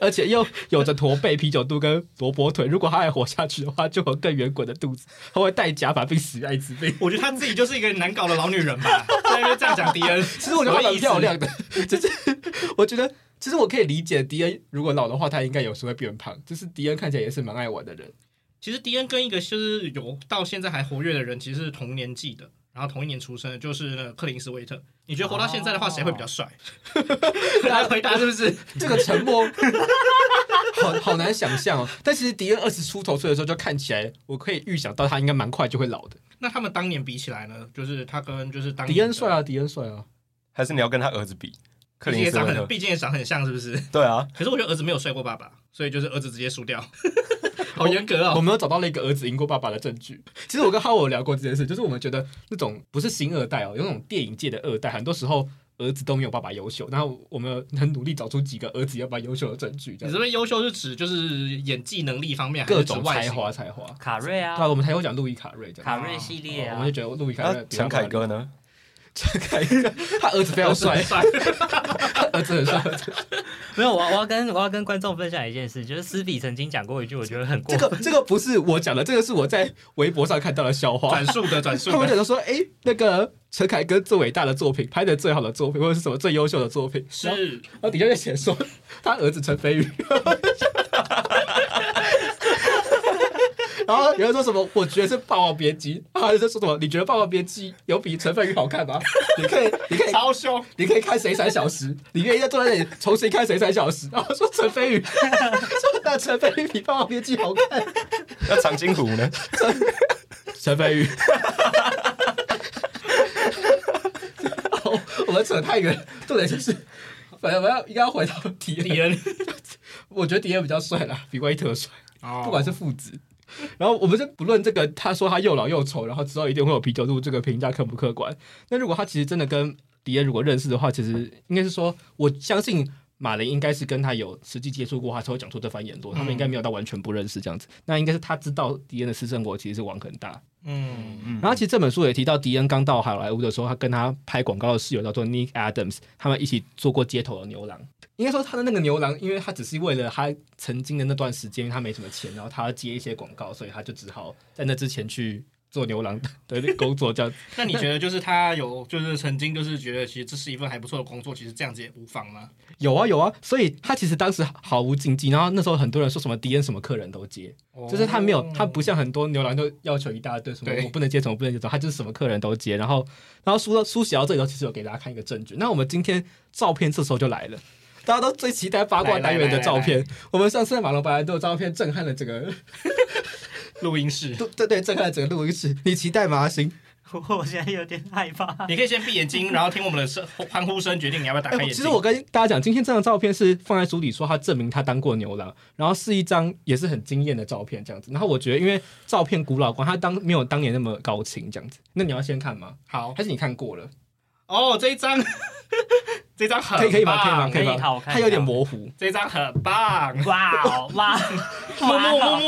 [SPEAKER 1] 而且又有着驼背、啤酒肚跟萝卜腿，如果她还活下去的话，就有更圆滚的肚子，她会戴假发并死于艾滋病。
[SPEAKER 3] 我觉得她自己就是一个难搞的老女 人吧，在那边这样讲迪恩，
[SPEAKER 1] 其实我觉得她
[SPEAKER 3] 什么
[SPEAKER 1] 蛮
[SPEAKER 3] 意思
[SPEAKER 1] 漂。亮的， 就是我觉得，其实我可以理解迪恩，如果老的话，他应该有时候会变胖。就是迪恩看起来也是蛮爱玩的人，
[SPEAKER 3] 其实迪恩跟一个就是有到现在还活跃的人，其实是同年纪的，然后同一年出生的，就是那个克林斯威特。你觉得活到现在的话，
[SPEAKER 2] 哦
[SPEAKER 3] 谁会比较帅？
[SPEAKER 1] 哦
[SPEAKER 3] 大家回答是不是？
[SPEAKER 1] 这个沉默好好难想象哦。 但其实迪恩二十出头岁的时候，就看起来我可以预想到他应该蛮快就会老的。
[SPEAKER 3] 那他们当年比起来呢？就是他跟就是当年
[SPEAKER 1] 迪恩
[SPEAKER 3] 的
[SPEAKER 1] 帅，啊，迪恩帅啊，
[SPEAKER 4] 还是你要跟他儿子比？克
[SPEAKER 3] 毕竟
[SPEAKER 4] 林
[SPEAKER 3] 也
[SPEAKER 4] 斯
[SPEAKER 3] 长
[SPEAKER 4] 威
[SPEAKER 3] 很，
[SPEAKER 4] 特，
[SPEAKER 3] 毕竟也长很像，是不是？
[SPEAKER 4] 对啊，
[SPEAKER 3] 可是我觉得儿子没有帅过爸爸，所以就是儿子直接 输掉，好严格哦。
[SPEAKER 1] 我们有找到了一个儿子赢过爸爸的证据。其实我跟哈我聊过这件事，就是我们觉得那种不是新二代哦，有那种电影界的二代，很多时候儿子都没有爸爸优秀。然后我们很努力找出几个儿子要爸优秀的证据，这样
[SPEAKER 3] 你这边优秀是指就是演技能力方面，还
[SPEAKER 1] 各
[SPEAKER 3] 是指
[SPEAKER 1] 种
[SPEAKER 3] 外
[SPEAKER 1] 才
[SPEAKER 3] 形
[SPEAKER 1] 华才华。
[SPEAKER 2] 卡瑞
[SPEAKER 1] 对、啊，
[SPEAKER 2] 啊，
[SPEAKER 1] 我们才有讲路易卡瑞这样。
[SPEAKER 2] 卡瑞系列
[SPEAKER 1] 哦
[SPEAKER 2] 啊
[SPEAKER 1] 我，们就觉得路易卡
[SPEAKER 4] 那
[SPEAKER 1] 瑞比较
[SPEAKER 4] 陈凯歌呢？
[SPEAKER 1] 陈凯歌， 他儿子非常帅，
[SPEAKER 3] 帅。
[SPEAKER 1] 他儿子很帅。
[SPEAKER 2] 没有，我我要跟我要跟观众分享一件事，就是斯比曾经讲过一句我觉得很 过
[SPEAKER 1] 这
[SPEAKER 2] 分，
[SPEAKER 1] 个这个不是我讲的，这个是我在微博上看到的笑话
[SPEAKER 3] 转。述的转述
[SPEAKER 1] 他们
[SPEAKER 3] 的，
[SPEAKER 1] 讲说，哎、那个陈凯歌最伟大的作品，拍的最好的作品，或者是什么最优秀的作品，
[SPEAKER 2] 啊
[SPEAKER 1] 然后
[SPEAKER 3] 是
[SPEAKER 1] 然后底下就写说 他儿子陈飞宇。 然后有人说什么？我觉得是《霸王别姬》，然后有人说什么？你觉得《霸王别姬》有比陈飞宇好看吗？你可以，你可以
[SPEAKER 3] 超凶。
[SPEAKER 1] 你可以看谁三小时，你愿意再坐在那里重新看谁三小时？然后说陈飞宇，说那陈飞宇比《霸王别姬》好看。
[SPEAKER 4] 那长津湖呢？
[SPEAKER 1] 陈飞 宇，好哦我们扯太远，重点就是，反正我要应该要回到迪
[SPEAKER 3] 迪
[SPEAKER 1] 恩，
[SPEAKER 3] 恩，
[SPEAKER 1] 我觉得迪恩比较帅啦，比威特帅，
[SPEAKER 3] 不
[SPEAKER 1] 不管是父子。然后我们就不论这个，他说他又老又丑，然后之后一定会有啤酒肚这个评价客不客观。那如果他其实真的跟迪恩如果认识的话，其实应该是说，我相信马雷应该是跟他有实际接触过，他才会讲出这番言论。他们应该没有到完全不认识这样子。那应该是他知道迪恩的私生活其实是网很大。
[SPEAKER 3] 嗯，
[SPEAKER 4] 嗯
[SPEAKER 1] 然后其实这本书也提到，迪恩刚到好莱坞的时候，他跟他拍广告的室友叫做 Nick Adams，他们一起做过街头的牛郎。应该说他的那个牛郎，因为他只是为了他曾经的那段时间，因为他没什么钱，然后他要接一些广告，所以他就只好在那之前去做牛郎的工作，这样子
[SPEAKER 3] 那你觉得就是他有就是曾经就是觉得其实这是一份还不错的工作，其实这样子也无妨吗？
[SPEAKER 1] 有啊有啊，所以他其实当时毫无禁忌，然后那时候很多人说什么迪恩什么客人都接，就是他没有他不像很多牛郎就要求一大堆什么
[SPEAKER 3] 对
[SPEAKER 1] 我不能接什么不能接什么，他就是什么客人都接。然后然后书到书写到这里头，其实有给大家看一个证据。那我们今天照片这时候就来了。大家都最期待八卦单元的照片。我们上次在马龙白兰度的照片震撼了整个，
[SPEAKER 3] 录音室
[SPEAKER 1] 。对对对，震撼了整个录音室。你期待吗，阿星？
[SPEAKER 2] 我现在有点害怕。
[SPEAKER 3] 你可以先闭眼睛，然后听我们的声欢呼声，决定你要不要打
[SPEAKER 1] 哎
[SPEAKER 3] 开眼睛。
[SPEAKER 1] 其实我跟大家讲，今天这张照片是放在书里说他证明他当过牛郎，然后是一张也是很惊艳的照片这样子。然后我觉得，因为照片古老光，他当没有当年那么高清这样子。那你要先看吗？
[SPEAKER 3] 好
[SPEAKER 1] 还是你看过了？
[SPEAKER 3] 哦，这一张这一张很
[SPEAKER 1] 可以可以吗？可以吗？
[SPEAKER 3] 棒
[SPEAKER 2] 可以
[SPEAKER 1] 吗？
[SPEAKER 2] 好我看一
[SPEAKER 1] 它
[SPEAKER 2] 下
[SPEAKER 1] 有点模糊。
[SPEAKER 3] 这一张很棒。
[SPEAKER 2] 哇哦哇
[SPEAKER 3] 木木
[SPEAKER 2] 哇！ 哦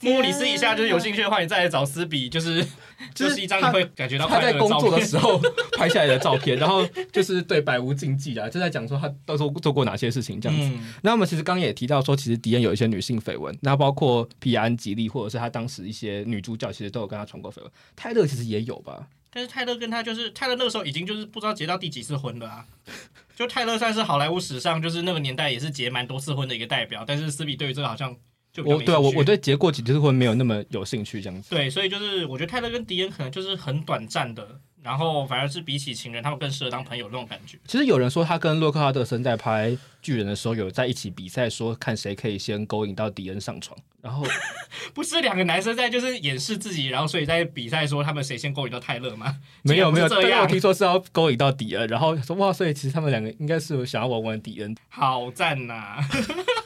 [SPEAKER 3] 木木木，你试一下，就是有兴趣的话，你再来找斯比，就是
[SPEAKER 1] 就
[SPEAKER 3] 这
[SPEAKER 1] 是
[SPEAKER 3] 是一张你
[SPEAKER 1] 他
[SPEAKER 3] 会感觉到
[SPEAKER 1] 他
[SPEAKER 3] 快
[SPEAKER 1] 在
[SPEAKER 3] 乐
[SPEAKER 1] 工
[SPEAKER 3] 照
[SPEAKER 1] 作的
[SPEAKER 3] 片。
[SPEAKER 1] 时候拍下来的照片，然 后就是对百无禁忌啊，就在讲说他到时候做过哪些事情这样子。
[SPEAKER 3] 嗯，
[SPEAKER 1] 那我们其实刚刚也提到说，其实迪恩有一些女性绯闻，那包括皮安吉利或者是他当时一些女主角，其实都有跟他传过绯闻。泰勒其实也有吧？
[SPEAKER 3] 但是泰勒跟他就是泰勒那个时候已经就是不知道结到第几次婚了啊。 就泰勒算是好莱坞史上就是那个年代也是结蛮多次婚的一个代表，但是斯比对于这个好像就比较
[SPEAKER 1] 我
[SPEAKER 3] 没
[SPEAKER 1] 对啊，
[SPEAKER 3] 兴
[SPEAKER 1] 我
[SPEAKER 3] 趣
[SPEAKER 1] 我对结过几次婚没有那么有兴趣这样子。
[SPEAKER 3] 对，所以就是我觉得泰勒跟迪恩可能就是很短暂的，然后反而是比起情人，他们更适合当朋友那种感觉。
[SPEAKER 1] 其实有人说他跟洛克哈德森在拍巨人的时候有在一起比赛，说看谁可以先勾引到迪恩上床，然后
[SPEAKER 3] 不是两个男生在就是掩饰自己，然后所以在比赛说他们谁先勾引到泰勒吗？
[SPEAKER 1] 没有
[SPEAKER 3] 竟
[SPEAKER 1] 没 有，
[SPEAKER 3] 然不是这
[SPEAKER 1] 但我
[SPEAKER 3] 样
[SPEAKER 1] 听说是要勾引到迪恩，然后说哇，所以其实他们两个应该是有想要玩玩迪 恩。
[SPEAKER 3] 好赞啊呐、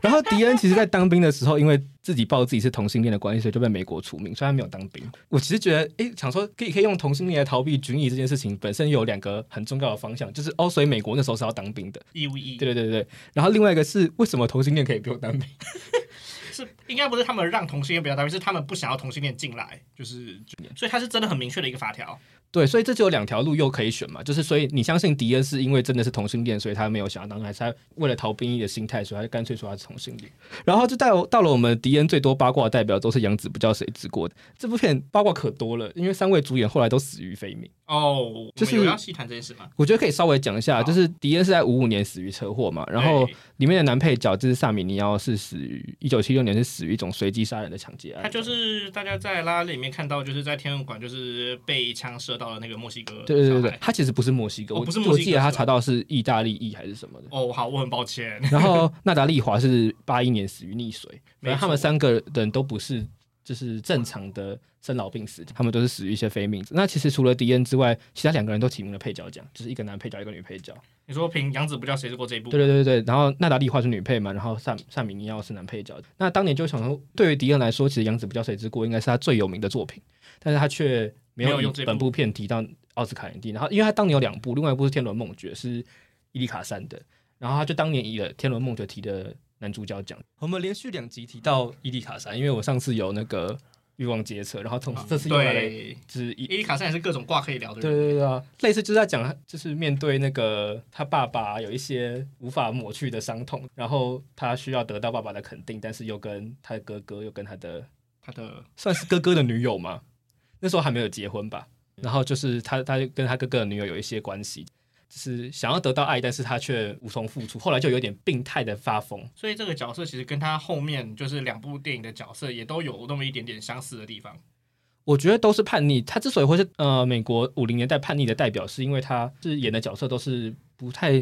[SPEAKER 1] 然后迪恩其实在当兵的时候，因为自己报自己是同性恋的关系，所以就被美国除名，所以他没有当兵。我其实觉得，诶，想说可以可以用同性恋来逃避军役这件事情，本身有两个很重要的方向，就是哦，所以美国那时候是要当兵的，
[SPEAKER 3] 义务役
[SPEAKER 1] 对对对对。然后另外一个是为什么同性恋可以不用当兵？
[SPEAKER 3] 是应该不是他们让同性恋不要当兵，是他们不想要同性恋进来，就是所以他是真的很明确的一个法条。
[SPEAKER 1] 对，所以这就有两条路又可以选嘛，就是所以你相信迪恩是因为真的是同性恋，所以他没有想要当兵，还是他为了逃兵役的心态，所以他干脆说他是同性恋。然后就到到了我们迪恩最多八卦的代表都是杨紫不叫谁之过的这部片八卦可多了，因为三位主演后来都死于非命。
[SPEAKER 3] 哦，
[SPEAKER 1] 就是
[SPEAKER 3] 我们有要细谈这件事吗？
[SPEAKER 1] 我觉得可以稍微讲一下，
[SPEAKER 3] 好
[SPEAKER 1] 就是迪恩是在五五年死于车祸嘛，然后
[SPEAKER 3] 对
[SPEAKER 1] 里面的男配角就是萨米尼奥是死于一九七六年是死于一种随机杀人的抢劫案，
[SPEAKER 3] 他就是大家在拉拉里面看到，就是在天文馆就是被枪射到的那个墨西哥
[SPEAKER 1] 对对对
[SPEAKER 3] 小
[SPEAKER 1] 对
[SPEAKER 3] 孩，。
[SPEAKER 1] 他其实不是墨西哥，
[SPEAKER 3] 哦
[SPEAKER 1] 我
[SPEAKER 3] 不是墨
[SPEAKER 1] 我
[SPEAKER 3] 西
[SPEAKER 1] 记
[SPEAKER 3] 哥
[SPEAKER 1] 得他
[SPEAKER 3] 是吧
[SPEAKER 1] 查到是意大利裔还是什么的。
[SPEAKER 3] 哦，好，我很抱歉。
[SPEAKER 1] 然后纳达利华是八一年死于溺水，反
[SPEAKER 3] 没错
[SPEAKER 1] 正他们三个人都不是就是正常的生老病死，他们都是死于一些非命。那其实除了迪恩之外，其他两个人都提名了配角奖，就是一个男配角，一个女配角。
[SPEAKER 3] 你说凭杨子不叫谁是过这一步？
[SPEAKER 1] 对对对对对，然后纳达利华是女配嘛，然后萨萨米尼奥是男配角。那当年就想说，对于迪恩来说，其实《杨子不教谁之过》应该是他最有名的作品，但是他却没
[SPEAKER 3] 没
[SPEAKER 1] 有
[SPEAKER 3] 有
[SPEAKER 1] 以
[SPEAKER 3] 用这部
[SPEAKER 1] 本部片提到奥斯卡影帝。然后，因为他当年有两部，另外一部是《天伦梦觉》，是伊丽卡山的，然后他就当年以了《天伦梦觉》提的男主角奖。我们连续两集提到伊丽卡山，因为我上次有那个欲望街车，然后同时这次又来了一
[SPEAKER 3] 嗯对，
[SPEAKER 1] 支伊
[SPEAKER 3] 伊丽卡山也是各种挂可以聊的
[SPEAKER 1] 对
[SPEAKER 3] 人。
[SPEAKER 1] 对对啊，类似就是在讲他，就是面对那个他爸爸有一些无法抹去的伤痛，然后他需要得到爸爸的肯定，但是又跟他的哥哥，又跟他的
[SPEAKER 3] 他的
[SPEAKER 1] 算是哥哥的女友嘛，那时候还没有结婚吧。然后就是他，他就跟他哥哥的女友有一些关系，就是想要得到爱，但是他却无从付出，后来就有点病态的发疯。
[SPEAKER 3] 所以这个角色其实跟他后面就是两部电影的角色也都有那么一点点相似的地方。
[SPEAKER 1] 我觉得都是叛逆。他之所以会是呃美国五零年代叛逆的代表，是因为他是演的角色都是不太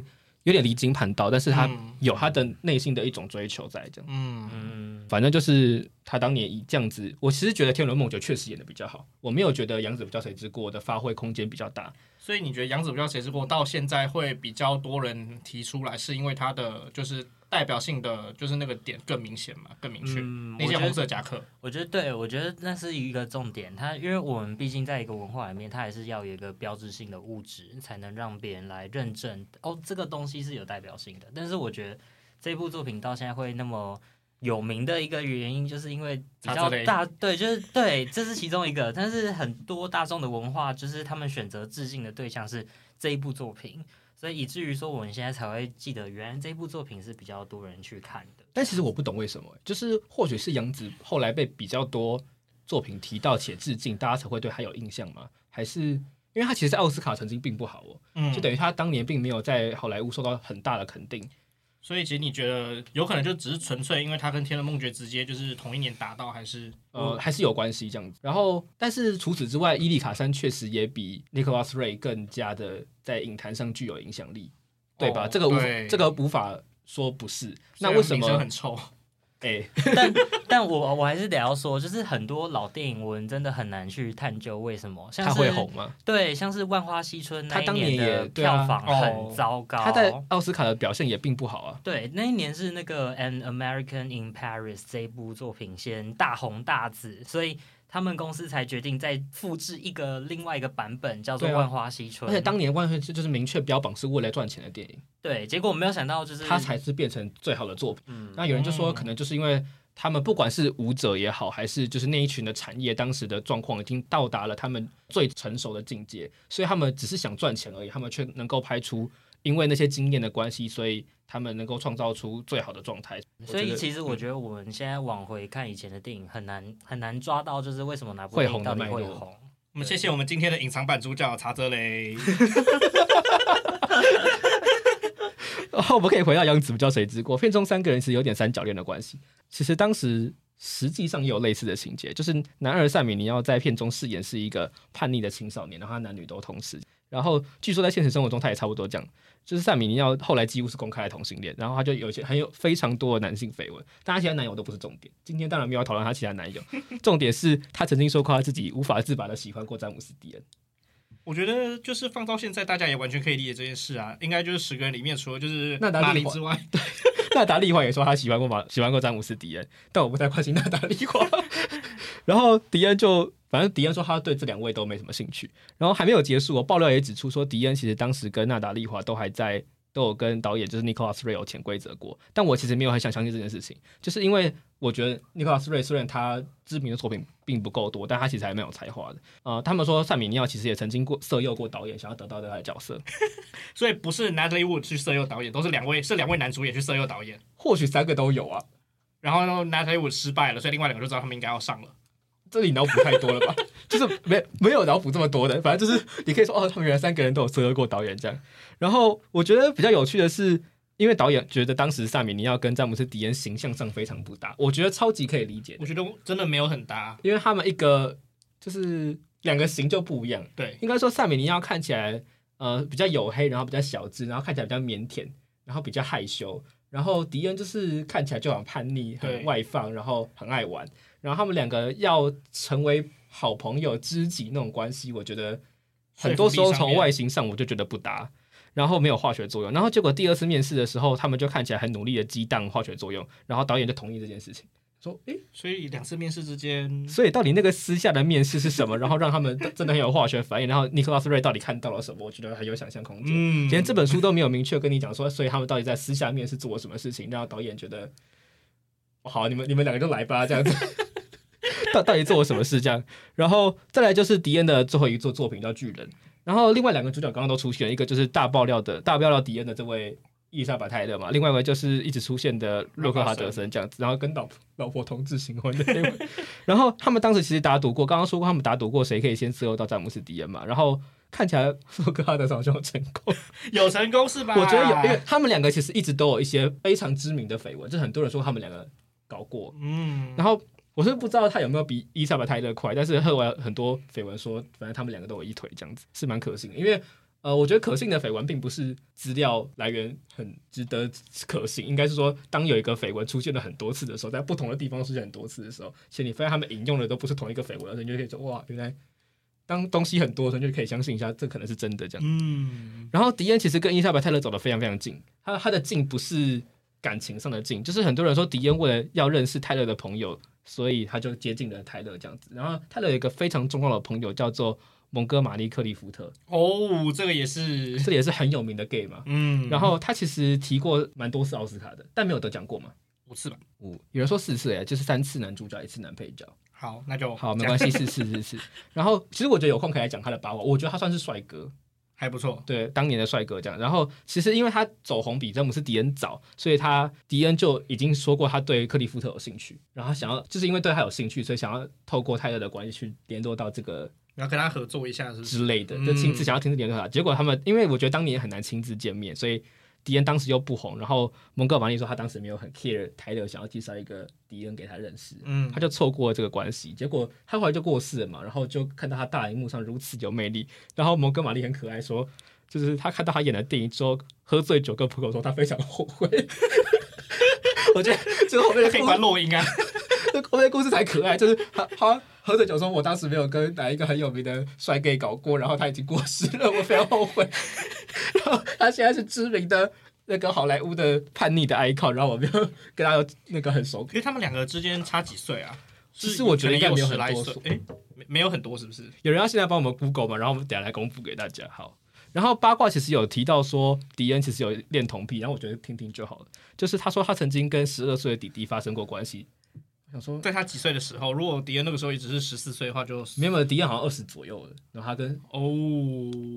[SPEAKER 1] 有点离经叛道，但是他
[SPEAKER 3] 嗯
[SPEAKER 1] 有他的内心的一种追求在这样。
[SPEAKER 3] 嗯，
[SPEAKER 2] 嗯，
[SPEAKER 1] 反正就是他当年以这样子，我其实觉得《天伦梦九》确实演的比较好，我没有觉得《杨子不教谁之过》的发挥空间比较大。
[SPEAKER 3] 所以你觉得《杨子不知道谁是过》到现在会比较多人提出来，是因为他的就是代表性的就是那个点更明显嘛，更明确。
[SPEAKER 2] 嗯
[SPEAKER 3] 那
[SPEAKER 2] 我
[SPEAKER 3] 件
[SPEAKER 2] 觉
[SPEAKER 3] 红
[SPEAKER 2] 得
[SPEAKER 3] 色夹克，
[SPEAKER 2] 我觉得对，我觉得那是一个重点。它因为我们毕竟在一个文化里面，它还是要有一个标志性的物质，才能让别人来认证哦，这个东西是有代表性的。但是我觉得这部作品到现在会那么有名的一个原因，就是因为比
[SPEAKER 3] 杂
[SPEAKER 2] 较
[SPEAKER 3] 志类
[SPEAKER 2] 大，对，就是对，这是其中一个。但是很多大众的文化，就是他们选择致敬的对象是这一部作品，所以以至于说我们现在才会记得，原来这部作品是比较多人去看的。
[SPEAKER 1] 但其实我不懂为什么，欸就是或许是杨子后来被比较多作品提到且致敬，大家才会对他有印象吗？还是因为他其实在奥斯卡成绩并不好哦，
[SPEAKER 3] 嗯
[SPEAKER 1] 就等于他当年并没有在好莱坞受到很大的肯定。
[SPEAKER 3] 所以其实你觉得有可能就只是纯粹因为他跟《天的梦觉》直接就是同一年达到，还是
[SPEAKER 1] 呃，还是有关系这样子。然后，但是除此之外，伊丽卡山确实也比 Nicholas Ray 更加的在影坛上具有影响力，对吧？
[SPEAKER 3] 哦
[SPEAKER 1] 这个无
[SPEAKER 3] 对
[SPEAKER 1] 这个无法说不是。那
[SPEAKER 3] 虽然
[SPEAKER 1] 为什么
[SPEAKER 3] 名声？很臭？
[SPEAKER 1] 哎、
[SPEAKER 2] 但但我我还是得要说，就是很多老电影文真的很难去探究为什么，像
[SPEAKER 1] 他
[SPEAKER 2] 是
[SPEAKER 1] 会红吗？
[SPEAKER 2] 对，像是《万花西春》那
[SPEAKER 1] 他
[SPEAKER 2] 一
[SPEAKER 1] 当年也
[SPEAKER 2] 的
[SPEAKER 1] 对啊
[SPEAKER 2] 票房
[SPEAKER 3] 哦
[SPEAKER 2] 很糟糕，
[SPEAKER 1] 他在奥斯卡的表现也并不好啊。
[SPEAKER 2] 对那一年是那个《An American in Paris》这一部作品先大红大紫，所以他们公司才决定再复制一个另外一个版本，叫做
[SPEAKER 1] 对
[SPEAKER 2] 《
[SPEAKER 1] 啊
[SPEAKER 2] 万花西春》
[SPEAKER 1] 而且当年《万岁》就是明确标榜是为了赚钱的电影，
[SPEAKER 2] 对，结果没有想到就是
[SPEAKER 1] 它才是变成最好的作品。
[SPEAKER 2] 嗯
[SPEAKER 1] 那有人就说，
[SPEAKER 3] 嗯
[SPEAKER 1] 可能就是因为他们不管是舞者也好，还是就是那一群的产业，当时的状况已经到达了他们最成熟的境界，所以他们只是想赚钱而已，他们却能够拍出因为那些经验的关系，所以他们能够创造出最好的状态。我
[SPEAKER 2] 所
[SPEAKER 1] 觉
[SPEAKER 2] 以
[SPEAKER 1] 得嗯
[SPEAKER 2] 其实我觉得我们现在往回看以前的电影，很难很难抓到，就是为什么哪部
[SPEAKER 1] 会
[SPEAKER 2] 电影
[SPEAKER 1] 红的
[SPEAKER 2] 到底
[SPEAKER 1] 脉
[SPEAKER 2] 会
[SPEAKER 1] 络
[SPEAKER 2] 红。
[SPEAKER 3] 我们谢谢我们今天的隐藏版主角查泽雷。
[SPEAKER 1] 然哦后我们可以回到杨紫不叫谁之过，片中三个人其实有点三角恋的关系。其实当时实际上也有类似的情节，就是男二赛米尼奥在片中饰演是一个叛逆的青少年，然后他男女都同时。然后据说在现实生活中他也差不多这样，就是赛米尼奥后来几乎是公开的同性恋，然后他就有一些很有非常多的男性绯闻，但他其他男友都不是重点。今天当然没有要讨论他其他男友，重点是他曾经说过他自己无法自拔的喜欢过詹姆斯迪恩。
[SPEAKER 3] 我觉得就是放到现在，大家也完全可以理解这件事啊。应该就是十个人里面，除了就是
[SPEAKER 1] 那达利
[SPEAKER 3] 马里
[SPEAKER 1] 华
[SPEAKER 3] 之外，
[SPEAKER 1] 纳达利华也说他喜欢过马，喜欢过詹姆斯·迪恩，但我不太关心纳达利华。 然后迪恩就，反正迪恩说他对这两位都没什么兴趣。然后还没有结束哦，我爆料也指出说，迪恩其实当时跟纳达利华都还在，都有跟导演就是 Nicholas Ray 有潜规则过。但我其实没有很想相信这件事情，就是因为我觉得 Nicholas Ray 虽然他知名的作品并不够多，但他其实还蛮有才华的。呃，他们说塞米尼奥其实也曾经过色诱过导演，想要得到他的角色。
[SPEAKER 3] 所以不是 Natalie Wood 去色诱导演，都是两位是两位男主演去色诱导演。
[SPEAKER 1] 或许三个都有啊，
[SPEAKER 3] 然后 Natalie Wood 失败了，所以另外两个就知道他们应该要上了。
[SPEAKER 1] 这里脑补太多了吧？就是没没有脑补这么多的，反正就是你可以说哦，他们原来三个人都有涉猎过导演这样。然后我觉得比较有趣的是，因为导演觉得当时萨米尼奥跟詹姆斯迪恩形象上非常不搭，我觉得超级可以理解的
[SPEAKER 3] 我，觉得真的没有很搭，
[SPEAKER 1] 因为他们一个就是两个型就不一样。
[SPEAKER 3] 对，
[SPEAKER 1] 应该说萨米尼奥看起来呃比较黝黑，然后比较小只，然后看起来比较腼腆，然后比较害羞。然后迪恩就是看起来就很叛逆、
[SPEAKER 3] 对
[SPEAKER 1] 很外放，然后很爱玩。然后他们两个要成为好朋友、知己那种关系，我觉得很多时候从外形上我就觉得不搭，然后没有化学作用。然后结果第二次面试的时候，他们就看起来很努力的激荡化学作用，然后导演就同意这件事情，说：“诶，
[SPEAKER 3] 所以两次面试之间，
[SPEAKER 1] 所以到底那个私下的面试是什么？然后让他们真的很有化学反应，然后尼克拉斯瑞到底看到了什么？我觉得还有想象空间。
[SPEAKER 3] 嗯
[SPEAKER 1] 连这本书都没有明确跟你讲说，所以他们到底在私下面是做了什么事情，让导演觉得哦好，你们你们两个就来吧，这样子。到到底做了什么事这样？然后再来就是迪恩的最后一座作品叫《巨人》，然后另外两个主角刚刚都出现了，一个就是大爆料的大爆料迪恩的这位伊丽莎白泰勒嘛，另外一位就是一直出现的洛克哈德森这样子，然后跟老婆老婆同志行婚的那位。然后他们当时其实打赌过，刚刚说过他们打赌过谁可以先伺候到詹姆斯迪恩嘛，然后看起来洛克哈德森好像有成功。
[SPEAKER 3] 有成功是吧？
[SPEAKER 1] 我觉得有，因哎为他们两个其实一直都有一些非常知名的绯闻，就是很多人说他们两个搞过。
[SPEAKER 3] 嗯，
[SPEAKER 1] 然后我是不知道他有没有比伊莎白泰勒快，但是后来很多绯闻说，反正他们两个都有一腿，这样子是蛮可信的。因为呃，我觉得可信的绯闻并不是资料来源很值得可信，应该是说当有一个绯闻出现了很多次的时候，在不同的地方出现很多次的时候，且你发现他们引用的都不是同一个绯闻的时候，你就可以说哇，原来当东西很多的时候，你就可以相信一下，这可能是真的这样。
[SPEAKER 3] 嗯，
[SPEAKER 1] 然后迪恩其实跟伊莎白泰勒走得非常非常近，他他的近不是感情上的近，就是很多人说迪恩为了要认识泰勒的朋友，所以他就接近了泰勒这样子。然后泰勒有一个非常重要的朋友叫做蒙哥马利克利福特，
[SPEAKER 3] 哦，这个也是，
[SPEAKER 1] 这也是很有名的 gay 嘛。
[SPEAKER 3] 嗯，
[SPEAKER 1] 然后他其实提过蛮多次奥斯卡的，但没有得奖过嘛。
[SPEAKER 3] 五次吧。
[SPEAKER 1] 五有人说四次哎，就是三次男主角，一次男配角。
[SPEAKER 3] 好，那就
[SPEAKER 1] 好，没
[SPEAKER 3] 这样
[SPEAKER 1] 关系，是是是是。然后其实我觉得有空可以来讲他的八卦，我觉得他算是帅哥。
[SPEAKER 3] 还不错。
[SPEAKER 1] 对，当年的帅哥这样。然后其实因为他走红比詹姆斯迪恩早，所以他迪恩就已经说过他对克利夫特有兴趣，然后他想要就是因为对他有兴趣，所以想要透过泰勒的关系去联络到这个
[SPEAKER 3] 然后跟他合作一下，是不是？
[SPEAKER 1] 之类的，
[SPEAKER 3] 嗯
[SPEAKER 1] 就亲自想要亲自联络他。结果他们因为我觉得当年很难亲自见面，所以。迪恩当时又不红，然后蒙哥马利说他当时没有很 care 泰勒想要介绍一个迪恩给他认识，
[SPEAKER 3] 嗯
[SPEAKER 1] 他，就错过了这个关系，结果他后来就过世了嘛，然后就看到他大荧幕上如此有魅力，然后摩根玛丽很可爱说，就是他看到他演的电影之后，喝醉酒跟朋友说他非常后悔。 我觉得这个后面的
[SPEAKER 3] 可以
[SPEAKER 1] 故
[SPEAKER 3] 关
[SPEAKER 1] 事，
[SPEAKER 3] 录音啊。
[SPEAKER 1] 这个后面的故事才可爱，就是他他喝醉酒说，我当时没有跟哪一个很有名的帅 gay 搞过，然后他已经过世了， 我非常后悔。然后他现在是知名的那个好莱坞的叛逆的 icon，然后我没有跟他有那个很熟
[SPEAKER 3] 因为他们两个之间差几岁啊？
[SPEAKER 1] 其实
[SPEAKER 3] 是
[SPEAKER 1] 我觉得
[SPEAKER 3] 可
[SPEAKER 1] 应
[SPEAKER 3] 能
[SPEAKER 1] 该没有
[SPEAKER 3] 十来
[SPEAKER 1] 很多
[SPEAKER 3] 岁，哎，没没有很多，是不是？
[SPEAKER 1] 有人要现在帮我们 Google 嘛，然后我们等一下来公布给大家。好，然后八卦其实有提到说，迪恩其实有恋童癖，然后我觉得听听就好了。就是他说他曾经跟十二岁的弟弟发生过关系，我想说，
[SPEAKER 3] 在他几岁的时候，如果迪恩那个时候也只是十四岁的话就，
[SPEAKER 1] 没有没有，迪恩好像二十左右了，然后他跟
[SPEAKER 3] 哦，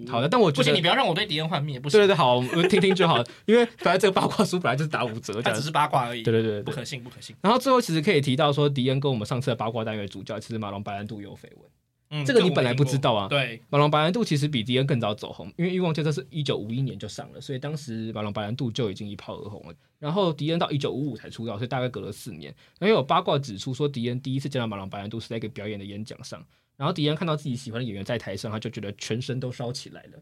[SPEAKER 1] 好的，但我觉
[SPEAKER 3] 不行，
[SPEAKER 1] 得
[SPEAKER 3] 你不要让我对迪恩幻灭，不
[SPEAKER 1] 对对
[SPEAKER 3] 行，
[SPEAKER 1] 对，好，我们听听就好了，因为本来这个八卦书本来就是打五折这
[SPEAKER 3] 他
[SPEAKER 1] 样
[SPEAKER 3] 只
[SPEAKER 1] 子，
[SPEAKER 3] 是八卦而已，
[SPEAKER 1] 对对对对
[SPEAKER 3] 不
[SPEAKER 1] 对。
[SPEAKER 3] 可信，不可信。
[SPEAKER 1] 然后最后其实可以提到说，迪恩跟我们上次的八卦单元的主教其实马龙白兰度有绯闻，
[SPEAKER 3] 嗯，
[SPEAKER 1] 这个
[SPEAKER 3] 我
[SPEAKER 1] 你本来
[SPEAKER 3] 听
[SPEAKER 1] 不
[SPEAKER 3] 过
[SPEAKER 1] 知道啊。
[SPEAKER 3] 对，
[SPEAKER 1] 马龙白兰度其实比迪恩更早走红，因为《欲望街车》是一九五一年就上了，所以当时马龙白兰度就已经一炮而红了。然后迪恩到一九五五才出道，所以大概隔了四年。然后有八卦指出说，迪恩第一次见到马龙白兰度是在一个表演的演讲上，然后迪恩看到自己喜欢的演员在台上，他就觉得全身都烧起来了。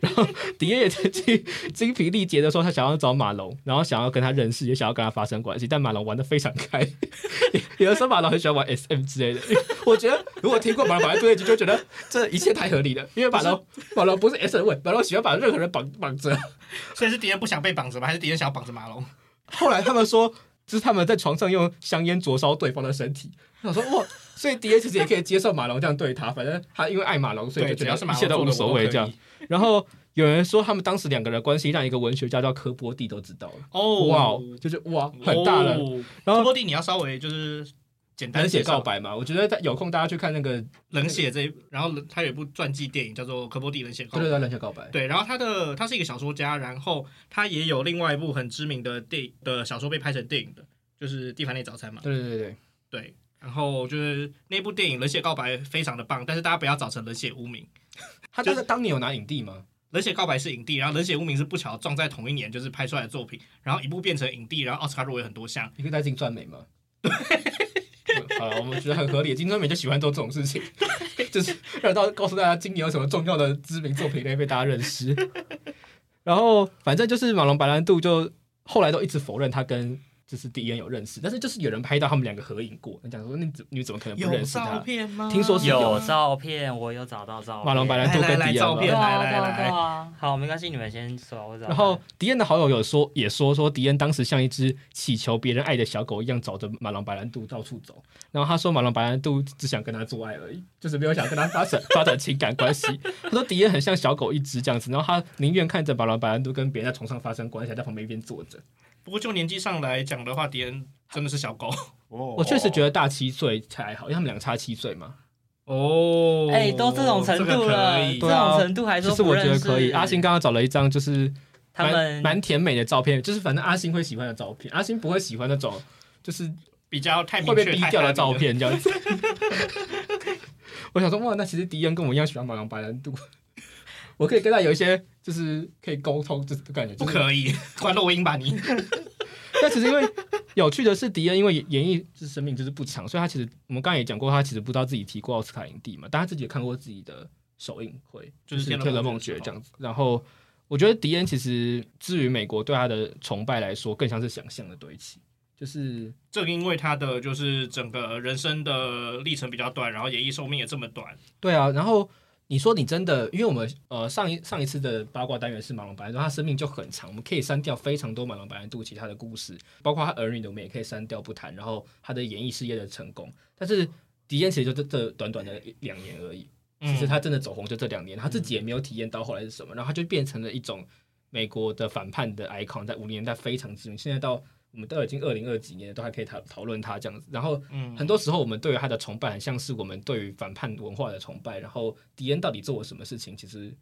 [SPEAKER 1] 然后迪恩也曾经精疲力竭的说，他想要找马龙，然后想要跟他认识，也想要跟他发生关系，但马龙玩的非常开， 有的时候马龙很喜欢玩 SM 之类的。 我觉得如果听过马龙摆在对一集，就觉得这一切太合理了，因为马龙马龙不是 S 位，马龙喜欢把任何人绑绑着。
[SPEAKER 3] 所以是迪恩不想被绑着吗？还是迪恩想要绑着 马龙？
[SPEAKER 1] 后来他们说，就是他们在床上用香烟灼烧对方的身体。我想说哇，所以迪恩其实也可以接受马龙这样对他，反正他因为爱马龙，所以
[SPEAKER 3] 对，
[SPEAKER 1] 就
[SPEAKER 3] 只
[SPEAKER 1] 觉
[SPEAKER 3] 要是
[SPEAKER 1] 得
[SPEAKER 3] 马
[SPEAKER 1] 一
[SPEAKER 3] 龙
[SPEAKER 1] 切
[SPEAKER 3] 做的
[SPEAKER 1] 无
[SPEAKER 3] 我
[SPEAKER 1] 所谓这样
[SPEAKER 3] 可以。。
[SPEAKER 1] 然后有人说，他们当时两个人的关系让一个文学家叫科波蒂都知道了。
[SPEAKER 3] 哦，
[SPEAKER 1] 哇，就是哇，很大了。
[SPEAKER 3] 哦
[SPEAKER 1] 然后
[SPEAKER 3] 波蒂，你要稍微就是简单
[SPEAKER 1] 冷血
[SPEAKER 3] 介绍
[SPEAKER 1] 告白嘛，我觉得有空大家去看那个，
[SPEAKER 3] 冷血这一，然后他有一部传记电影叫做《科波蒂冷血告
[SPEAKER 1] 对
[SPEAKER 3] 白》
[SPEAKER 1] 对对，冷血告白。
[SPEAKER 3] 对，然后他的他是一个小说家，然后他也有另外一部很知名的电影的小说被拍成电影的，就是《蒂凡尼早餐》嘛。
[SPEAKER 1] 对对对对。
[SPEAKER 3] 对，然后就是那部电影《冷血告白》非常的棒，但是大家不要找成《冷血无名》。
[SPEAKER 1] 他就是当年有拿影帝吗？
[SPEAKER 3] 《冷血告白》是影帝，然后《冷血无名》是不巧撞在同一年，就是拍出来的作品，然后一部变成影帝，然后奥斯卡入围很多项。
[SPEAKER 1] 你可以带金钻美 吗？好了，我们觉得很合理。金钻美就喜欢做这种事情，就是让到告诉大家今年有什么重要的知名作品可以被大家认识。然后反正就是马龙白兰度就后来都一直否认他跟就是迪恩有认识，但是就是有人拍到他们两个合影过，你讲说你怎你怎么可能不认识他？
[SPEAKER 3] 片吗
[SPEAKER 1] 听说是
[SPEAKER 2] 有啊
[SPEAKER 3] 啊
[SPEAKER 2] 照片，我有找到照片。
[SPEAKER 1] 马龙白兰
[SPEAKER 3] 来
[SPEAKER 1] 度
[SPEAKER 3] 来
[SPEAKER 1] 跟
[SPEAKER 3] 来
[SPEAKER 1] 迪恩
[SPEAKER 3] 照
[SPEAKER 1] 吗
[SPEAKER 2] 对
[SPEAKER 3] 片
[SPEAKER 2] 啊，
[SPEAKER 3] 来来
[SPEAKER 2] 对啊
[SPEAKER 3] 来
[SPEAKER 2] 对啊好，没关系，你们先说，我找。
[SPEAKER 1] 然后迪恩的好友有说，也说说迪恩当时像一只乞求别人爱的小狗一样，找着马龙白兰度到处走。然后他说，马龙白兰度只想跟他做爱而已，就是没有想跟他发 展发展情感关系。他说迪恩很像小狗一只这样子，然后他宁愿看着马龙白兰度跟别人在床上发生关系，还在旁边一边坐着。
[SPEAKER 3] 不过就年纪上来讲的话，迪恩真的是小狗
[SPEAKER 1] 我
[SPEAKER 2] 哦
[SPEAKER 4] 我
[SPEAKER 1] 确实觉得大七岁才好，因为他们俩差七岁嘛。
[SPEAKER 3] 哦
[SPEAKER 2] 哎，都这种程度了，这
[SPEAKER 1] 对啊
[SPEAKER 2] 种程度还
[SPEAKER 1] 其
[SPEAKER 2] 说
[SPEAKER 1] 实
[SPEAKER 2] 不
[SPEAKER 1] 我
[SPEAKER 2] 认
[SPEAKER 1] 觉
[SPEAKER 2] 识
[SPEAKER 1] 得可以。阿星刚刚找了一张就是
[SPEAKER 2] 他们
[SPEAKER 1] 蛮蛮甜美的照片，就是反正阿星会喜欢的照片。阿星不会喜欢那种就是
[SPEAKER 3] 比较太
[SPEAKER 1] 会
[SPEAKER 3] 明
[SPEAKER 1] 被
[SPEAKER 3] 确
[SPEAKER 1] 逼掉的照。片这样 子。我想说，哇，那其实迪恩跟我一样喜欢马龙白兰度， 我可以跟他有一些就是可以沟通，就是感觉、
[SPEAKER 3] 不
[SPEAKER 1] 就是、。
[SPEAKER 3] 可以，关录音 吧你。
[SPEAKER 1] 但其实因为有趣的是，迪恩因为演艺就是生命就是不长，所以他其实我们刚刚也讲过，他其实不知道自己提过奥斯卡影帝嘛，但他自己也看过自己的首映会，
[SPEAKER 3] 就是
[SPEAKER 1] 《
[SPEAKER 3] 天
[SPEAKER 1] 天
[SPEAKER 3] 龙
[SPEAKER 1] 龙
[SPEAKER 3] 梦
[SPEAKER 1] 梦觉
[SPEAKER 3] 觉得》
[SPEAKER 1] 这样子。然后我觉得迪恩其实至于美国对他的崇拜来说，更像是想象的堆砌，就是
[SPEAKER 3] 正因为他的就是整个人生的历程比较短，然后演艺寿命也这么短，
[SPEAKER 1] 对啊，然后你说你真的，因为我们呃上一上一次的八卦单元是马龙白兰度，他生命就很长，我们可以删掉非常多马龙白兰度其他的故事，包括他儿女的我们也可以删掉不谈，然后他的演艺事业的成功，但是迪恩其实就这这短短的一两年而已，
[SPEAKER 3] 嗯
[SPEAKER 1] 其实他真的走红就这两年，他自己也没有体验到后来是什么，然后他就变成了一种美国的反叛的 icon，在五零年代非常知名，现在到我们都已经二零二几年了都还可以讨讨论他这样子。然后
[SPEAKER 3] 嗯
[SPEAKER 1] 很多时候我们对于他的崇拜，很像是我们对于反叛文化的崇拜。然后迪恩到底做了什么事情，其实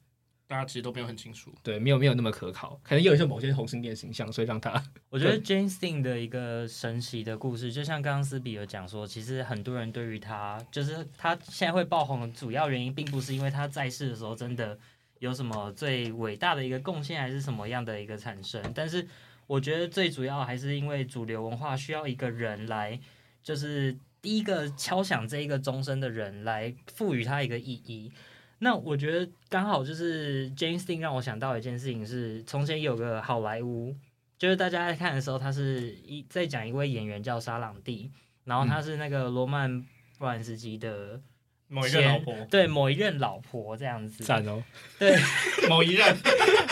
[SPEAKER 3] 大家其实都没有很清楚。
[SPEAKER 1] 对没有没有那么可靠，可能有一些某些同性恋形象，所以让他
[SPEAKER 2] 我觉得 James Dean 的一个神奇的故事，就像刚刚斯比有讲说，其实很多人对于他，就是他现在会爆红的主要原因，并不是因为他在世的时候真的有什么最伟大的一个贡献，还是什么样的一个产生。但是我觉得最主要还是因为主流文化需要一个人来，就是第一个敲响这一个钟声的人来赋予它一个意义。那我觉得刚好就是 James Dean 让我想到一件事情是，从前有个好莱坞，就是大家在看的时候，他是一在讲一位演员叫沙朗蒂，然后他是那个罗曼布兰斯基的、
[SPEAKER 3] 某一任老婆，
[SPEAKER 2] 对某一任老婆这样子。
[SPEAKER 1] 赞哦，
[SPEAKER 2] 对
[SPEAKER 3] 某一任，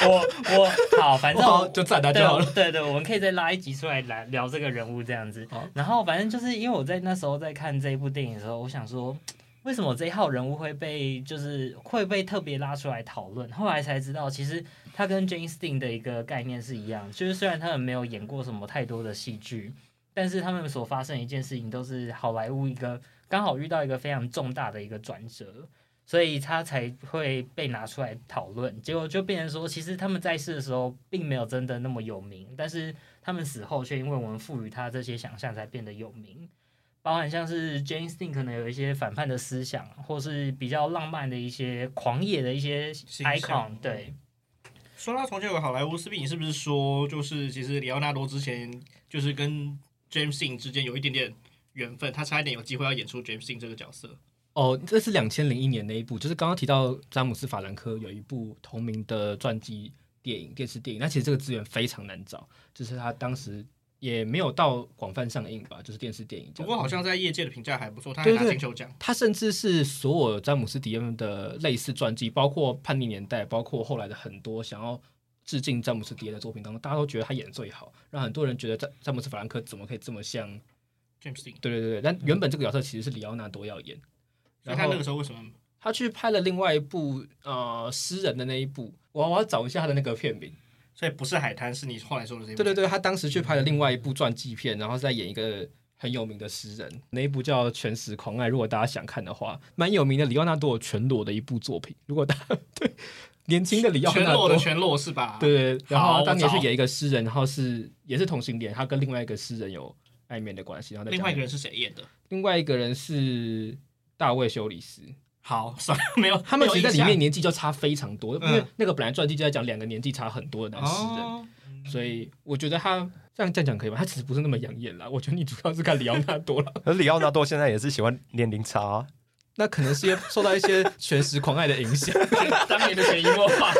[SPEAKER 2] 我我好，反正
[SPEAKER 1] 好
[SPEAKER 2] 我
[SPEAKER 1] 哦就赞他就
[SPEAKER 2] 对啊
[SPEAKER 1] 好了。
[SPEAKER 2] 对对，我们可以再拉一集出来来聊这个人物这样子
[SPEAKER 1] 好。
[SPEAKER 2] 然后反正就是因为我在那时候在看这一部电影的时候，我想说。为什么这一号人物会被就是会被特别拉出来讨论？后来才知道，其实他跟 James Dean 的一个概念是一样，就是虽然他们没有演过什么太多的戏剧，但是他们所发生的一件事情都是好莱坞一个刚好遇到一个非常重大的一个转折，所以他才会被拿出来讨论。结果就变成说，其实他们在世的时候并没有真的那么有名，但是他们死后却因为我们赋予他这些想象才变得有名。包含像是 James Dean 可能有一些反叛的思想，或是比较浪漫的一些狂野的一些
[SPEAKER 3] 象
[SPEAKER 2] icon，对，
[SPEAKER 3] 说到从前有个好莱坞，斯宾，你是不是说就是其实里奥纳多之前就是跟 James Dean 之间有一点点缘分，他差一点有机会要演出 James Dean 这个角色。
[SPEAKER 1] 哦，这是两千零一年那一部，就是刚刚提到詹姆斯·法兰科有一部同名的传记电影、电视电影。那其实这个资源非常难找，就是他当时也没有到广泛上映吧，就是电视电影这
[SPEAKER 3] 不
[SPEAKER 1] 样。
[SPEAKER 3] 过好像在业界的评价还不错，他还
[SPEAKER 1] 对
[SPEAKER 3] 拿
[SPEAKER 1] 对
[SPEAKER 3] 金球奖。
[SPEAKER 1] 他甚至是所有詹姆斯·迪恩的类似传记，包括《叛逆年代》，包括后来的很多想要致敬詹姆斯·迪恩的作品当中，大家都觉得他演得最好，让很多人觉得詹詹姆斯·法兰科怎么可以这么像？
[SPEAKER 3] James Dean，
[SPEAKER 1] 对对对对，但原本这个角色其实是里奥纳多要演，
[SPEAKER 3] 所以
[SPEAKER 1] 然
[SPEAKER 3] 他
[SPEAKER 1] 后
[SPEAKER 3] 那个时候为什么
[SPEAKER 1] 他去拍了另外一部呃诗人的那一部，我我要找一下他的那个片名。
[SPEAKER 3] 所以不是海滩，是你后来说的这一部
[SPEAKER 1] 对对对，他当时去拍了另外一部传记片，然后再演一个很有名的诗人，那一部叫《全时狂爱》。如果大家想看的话，蛮有名的里奥纳多全裸的一部作品。如果大家对年轻的里奥
[SPEAKER 3] 全
[SPEAKER 1] 纳
[SPEAKER 3] 裸
[SPEAKER 1] 多
[SPEAKER 3] 的，全裸是吧？
[SPEAKER 1] 对，对，对然后
[SPEAKER 3] 好
[SPEAKER 1] 他当年
[SPEAKER 3] 我
[SPEAKER 1] 去
[SPEAKER 3] 找
[SPEAKER 1] 演一个诗人，然后是也是同性恋，他跟另外一个诗人有暧昧的关系，然后再
[SPEAKER 3] 另外一
[SPEAKER 1] 讲
[SPEAKER 3] 个人是谁演的？
[SPEAKER 1] 另外一个人是大卫休里斯。
[SPEAKER 3] 好，算了，没有，
[SPEAKER 1] 他们其实在里
[SPEAKER 3] 没
[SPEAKER 1] 面
[SPEAKER 3] 有印
[SPEAKER 1] 年纪就差非常多，
[SPEAKER 3] 嗯
[SPEAKER 1] 因为那个本来传记就在讲两个年纪差很多的
[SPEAKER 3] 象
[SPEAKER 1] 男诗人，
[SPEAKER 3] 哦，
[SPEAKER 1] 所以我觉得他这样这样讲可以吗？他其实不是那么养眼啦，我觉得你主要是看里奥纳多了，
[SPEAKER 4] 而哦里奥纳多现在也是喜欢年龄差啊、
[SPEAKER 1] 那可能是因为受到一些全食狂爱的影响。
[SPEAKER 3] 当年的潜移默化。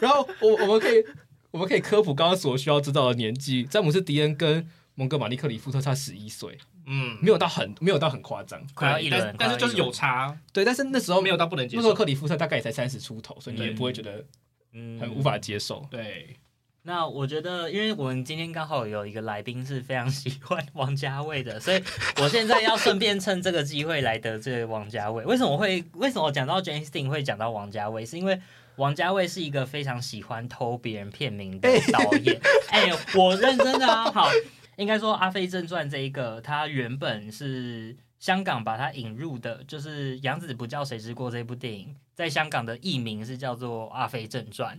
[SPEAKER 1] 然后我我们可以我们可以科普刚刚所需要知道的年纪，詹姆斯迪恩跟蒙哥马利克里夫特差十一岁，
[SPEAKER 3] 嗯，
[SPEAKER 1] 没有到很没有到很夸张，
[SPEAKER 2] 快要一轮
[SPEAKER 3] 但但是就是有差，
[SPEAKER 1] 对，但是那时候
[SPEAKER 3] 没有到不能接
[SPEAKER 1] 那时候
[SPEAKER 3] 受。
[SPEAKER 1] 克里夫特大概也才三十出头，所以你也不会觉得
[SPEAKER 2] 嗯，
[SPEAKER 1] 很无法接受。
[SPEAKER 3] 对，
[SPEAKER 2] 那我觉得，因为我们今天刚好有一个来宾是非常喜欢 王家卫的，所以我现在要顺便趁这个机会来得罪王家卫。为什么会？为什么我讲到 James Dean 会讲到王家卫？是因为王家卫是一个非常喜欢偷别人片名的导演。哎、我认真的啊，好，应该说《阿飞正传》这一个，它原本是香港把它引入的，就是《杨子不教谁之过》这部电影，在香港的译名是叫做《阿飞正传》。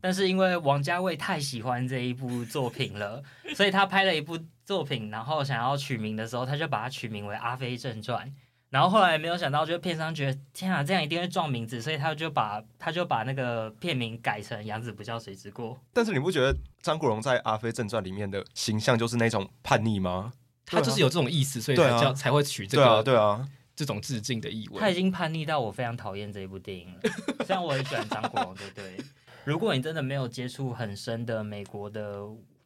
[SPEAKER 2] 但是因为王家卫太喜欢这一部作品了，所以他拍了一部作品，然后想要取名的时候，他就把它取名为《阿飞正传》。然后后来没有想到，就片商觉得天啊，这样一定会撞名字，所以他就把他就把那个片名改成《杨子不教谁之过》。
[SPEAKER 4] 但是你不觉得张国荣在《阿飞正传》里面的形象就是那种叛逆吗？
[SPEAKER 1] 他就是有这种意思，所以
[SPEAKER 4] 对
[SPEAKER 1] 才
[SPEAKER 4] 啊
[SPEAKER 1] 叫、才会取这
[SPEAKER 4] 对
[SPEAKER 1] 个、
[SPEAKER 4] 啊，对啊，
[SPEAKER 1] 这种致敬的意
[SPEAKER 2] 他 已
[SPEAKER 1] 味。
[SPEAKER 2] 经叛逆到我非常讨厌这一部电影了。虽然我很喜欢张国荣，对不对？如果你真的没有接触很深的美国的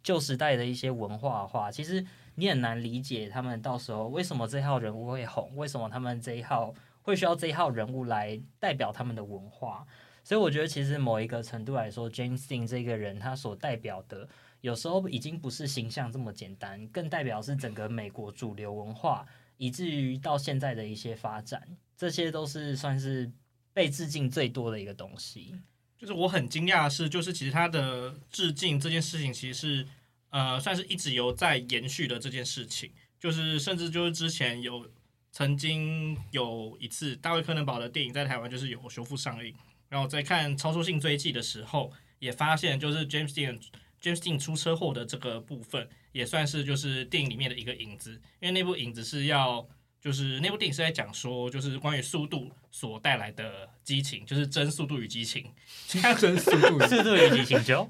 [SPEAKER 2] 旧时代的一些文化的话，其实你很难理解他们到时候为什么这一号人物会红，为什么他们这一号会需要这一号人物来代表他们的文化。所以我觉得，其实某一个程度来说，James Dean 这个人他所代表的，有时候已经不是形象这么简单，更代表是整个美国主流文化，以至于到现在的一些发展。这些都是算是被致敬最多的一个东西。
[SPEAKER 3] 就是我很惊讶的是，就是其实他的致敬这件事情，其实是呃，算是一直有在延续的这件事情。就是甚至就是之前有曾经有一次大卫柯南堡的电影在台湾就是有修复上映，然后在看《超速性追记》的时候，也发现就是 James Dean James Dean 出车祸的这个部分，也算是就是电影里面的一个影子，因为那部影子是要。就是那部电影是在讲说，就是关于速度所带来的激情，就是真速度与激情。
[SPEAKER 1] 真速度
[SPEAKER 2] 《速度与激情九》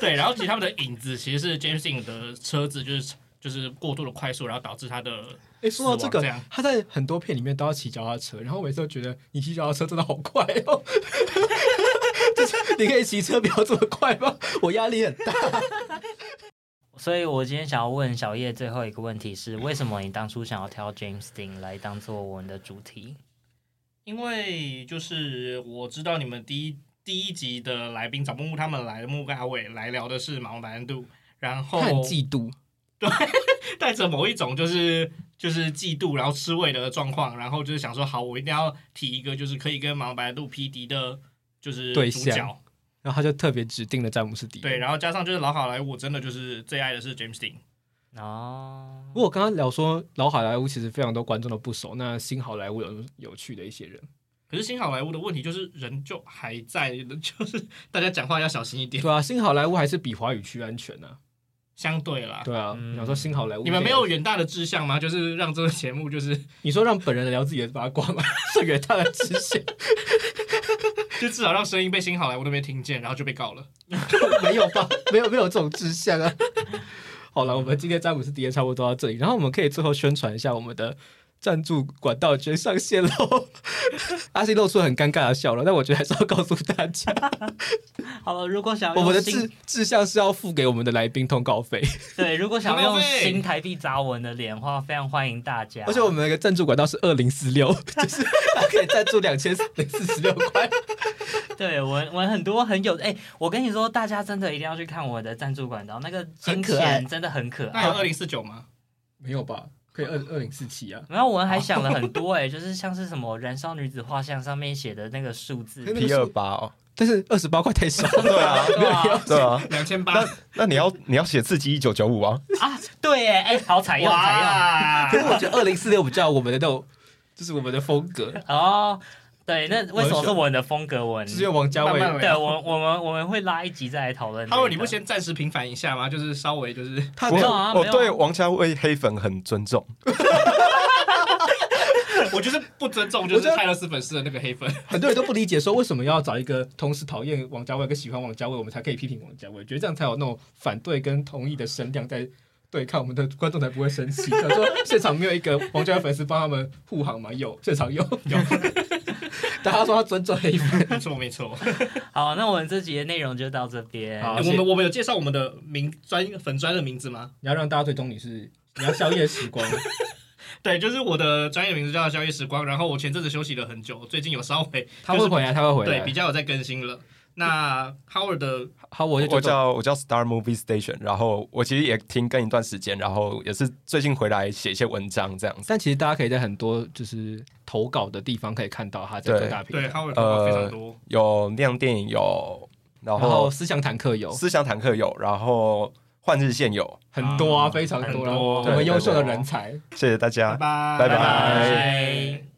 [SPEAKER 3] 对，然后其实他们的影子其实是 James Dean 的车子，就是就是过度的快速，然后导致他的
[SPEAKER 1] 哎、说到这个
[SPEAKER 3] 死亡这样，
[SPEAKER 1] 他在很多片里面都要骑脚踏车，然后我每次都觉得你骑脚踏车真的好快哦， 就是你可以骑车不要这么快吗？我压力很大。
[SPEAKER 2] 所以我今天想要问小叶最后一个问题是：为什么你当初想要挑 James Dean 来当做我们的主题？
[SPEAKER 3] 因为就是我知道你们第一第一集的来宾找木木他们来，木木阿伟来聊的是马龙白兰度，然后
[SPEAKER 1] 他很嫉
[SPEAKER 3] 哦
[SPEAKER 1] 妒，
[SPEAKER 3] 带着某一种就是就是嫉妒，然后吃味的状况，然后就是想说好，我一定要提一个就是可以跟马龙白兰度匹敌的，就是
[SPEAKER 1] 对
[SPEAKER 3] 主
[SPEAKER 1] 象
[SPEAKER 3] 角。
[SPEAKER 1] 然后他就特别指定了詹姆斯迪。
[SPEAKER 3] 对，，然后加上就是老好莱坞，我真的就是最爱的是 James Dean，
[SPEAKER 2] 哦，
[SPEAKER 1] 不过我刚刚聊说老好莱坞其实非常多观众都不熟，那新好莱坞有有趣的一些人，
[SPEAKER 3] 可是新好莱坞的问题就是人就还在， 就是大家讲话要小心一 点，
[SPEAKER 1] 对啊，新好莱坞还是比华语区安全啊，
[SPEAKER 3] 相对啦。
[SPEAKER 1] 对啊，
[SPEAKER 2] 嗯
[SPEAKER 1] 你想说新好莱坞，
[SPEAKER 3] 你们没有远大的志向吗？就是让这个节目就是
[SPEAKER 1] 你说让本人聊自己的啊八卦 吗？是远大的志向，
[SPEAKER 3] 就至少让声音被新好莱坞那边听见，然后就被告了。
[SPEAKER 1] 没有吧？没有没有这种志向啊。 好了，我们今天詹姆斯迪恩差不多到这里，然后我们可以最后宣传一下我们的赞助管道已经上线喽。 阿信露出很尴尬的笑容，但我觉得还是要告诉大家，
[SPEAKER 2] 好了，如果想要
[SPEAKER 1] 我
[SPEAKER 2] 用
[SPEAKER 1] 们的
[SPEAKER 2] 新
[SPEAKER 1] 志志向是要付给我们的来宾通告费，
[SPEAKER 2] 对，如果想要
[SPEAKER 3] 好
[SPEAKER 2] 用
[SPEAKER 3] 费
[SPEAKER 2] 新台币砸我们的脸的话，非常欢迎大家。
[SPEAKER 1] 而且我们有一个赞助管道是二零四六， 就是他可以赞助两千零四十六块。
[SPEAKER 2] 对我我很多很有哎、我跟你说，大家真的一定要去看我的赞助管道，那个
[SPEAKER 1] 很
[SPEAKER 2] 金
[SPEAKER 1] 可爱
[SPEAKER 2] 钱真的很可
[SPEAKER 3] 那有
[SPEAKER 2] 爱。
[SPEAKER 3] 二零四九吗？
[SPEAKER 1] 没有吧？可以二二零四七啊。
[SPEAKER 2] 然后我们还想了很多哎、就是像是什么燃烧女子画像上面写的那个数字，
[SPEAKER 1] 真的
[SPEAKER 4] ，P 二八哦，
[SPEAKER 1] 但是二十八块太少了，
[SPEAKER 4] 对啊，
[SPEAKER 2] 对啊
[SPEAKER 4] 对啊，
[SPEAKER 3] 两千八
[SPEAKER 4] 那那你要你要写自己一九九五啊，
[SPEAKER 2] 啊，对哎、哎、好采用采用
[SPEAKER 3] 哇
[SPEAKER 1] 可！是我觉得二零四六比较我们的那种，就是我们的风格，
[SPEAKER 2] 哦。对，那为什么是我们的风格文
[SPEAKER 1] 就？是用王家卫
[SPEAKER 3] 慢慢
[SPEAKER 2] 对，我我们我们会拉一集再来讨论这个。
[SPEAKER 3] 他问你不先暂时平反一下吗？就是稍微就是
[SPEAKER 1] 他
[SPEAKER 4] 我
[SPEAKER 2] 没有啊
[SPEAKER 4] 我
[SPEAKER 2] 没有啊
[SPEAKER 4] 对王家卫黑粉很尊重，
[SPEAKER 3] 我就是不尊重，
[SPEAKER 1] 觉
[SPEAKER 3] 就
[SPEAKER 1] 得
[SPEAKER 3] 是泰勒斯粉丝的那个黑 粉。
[SPEAKER 1] 很多人都不理解，说为什么要找一个同时讨厌王家卫跟喜欢王家卫，我们才可以批评王家卫，觉得这样才有那种反对跟同意的声量在对抗，我们的观众才不会生气。他说现场没有一个王家卫粉丝帮他们护航吗？有，现场有有。大家说他尊重黑粉，
[SPEAKER 3] 没错没错，
[SPEAKER 2] 好，那我们这集的内容就到这边。
[SPEAKER 1] 好
[SPEAKER 3] 我们我们有介绍我们的名专粉专的名字吗？
[SPEAKER 1] 你要让大家追踪你是你要宵夜时光，
[SPEAKER 3] 对，就是我的专业名字叫宵夜时光。然后我前阵子休息了很久，最近有稍微
[SPEAKER 1] 他会回来，他会回
[SPEAKER 3] 对
[SPEAKER 1] 来
[SPEAKER 3] 比。较有在更新了。那 Howard 的
[SPEAKER 1] 好，我就
[SPEAKER 4] 我
[SPEAKER 1] 追踪
[SPEAKER 4] 叫我叫 Star Movie Station，然后我其实也停更一段时间，然后也是最近回来写一些文章这样子。
[SPEAKER 1] 但其实大家可以在很多就是投稿的地方可以看到他在各大平
[SPEAKER 3] 对
[SPEAKER 1] 台，
[SPEAKER 3] Howard 投稿非常多，
[SPEAKER 4] 有亮电影有，然
[SPEAKER 1] 然后
[SPEAKER 4] 后
[SPEAKER 1] 思想坦克有
[SPEAKER 4] 思想坦克有，然后幻日线有，
[SPEAKER 1] 很多啊，
[SPEAKER 3] 啊
[SPEAKER 1] 非常
[SPEAKER 2] 很
[SPEAKER 1] 多
[SPEAKER 2] 多
[SPEAKER 1] 啊，
[SPEAKER 2] 哦
[SPEAKER 1] 我们优秀的
[SPEAKER 4] 对对对
[SPEAKER 1] 人才。
[SPEAKER 4] 谢谢大家，
[SPEAKER 3] 拜拜
[SPEAKER 4] 拜
[SPEAKER 2] 拜拜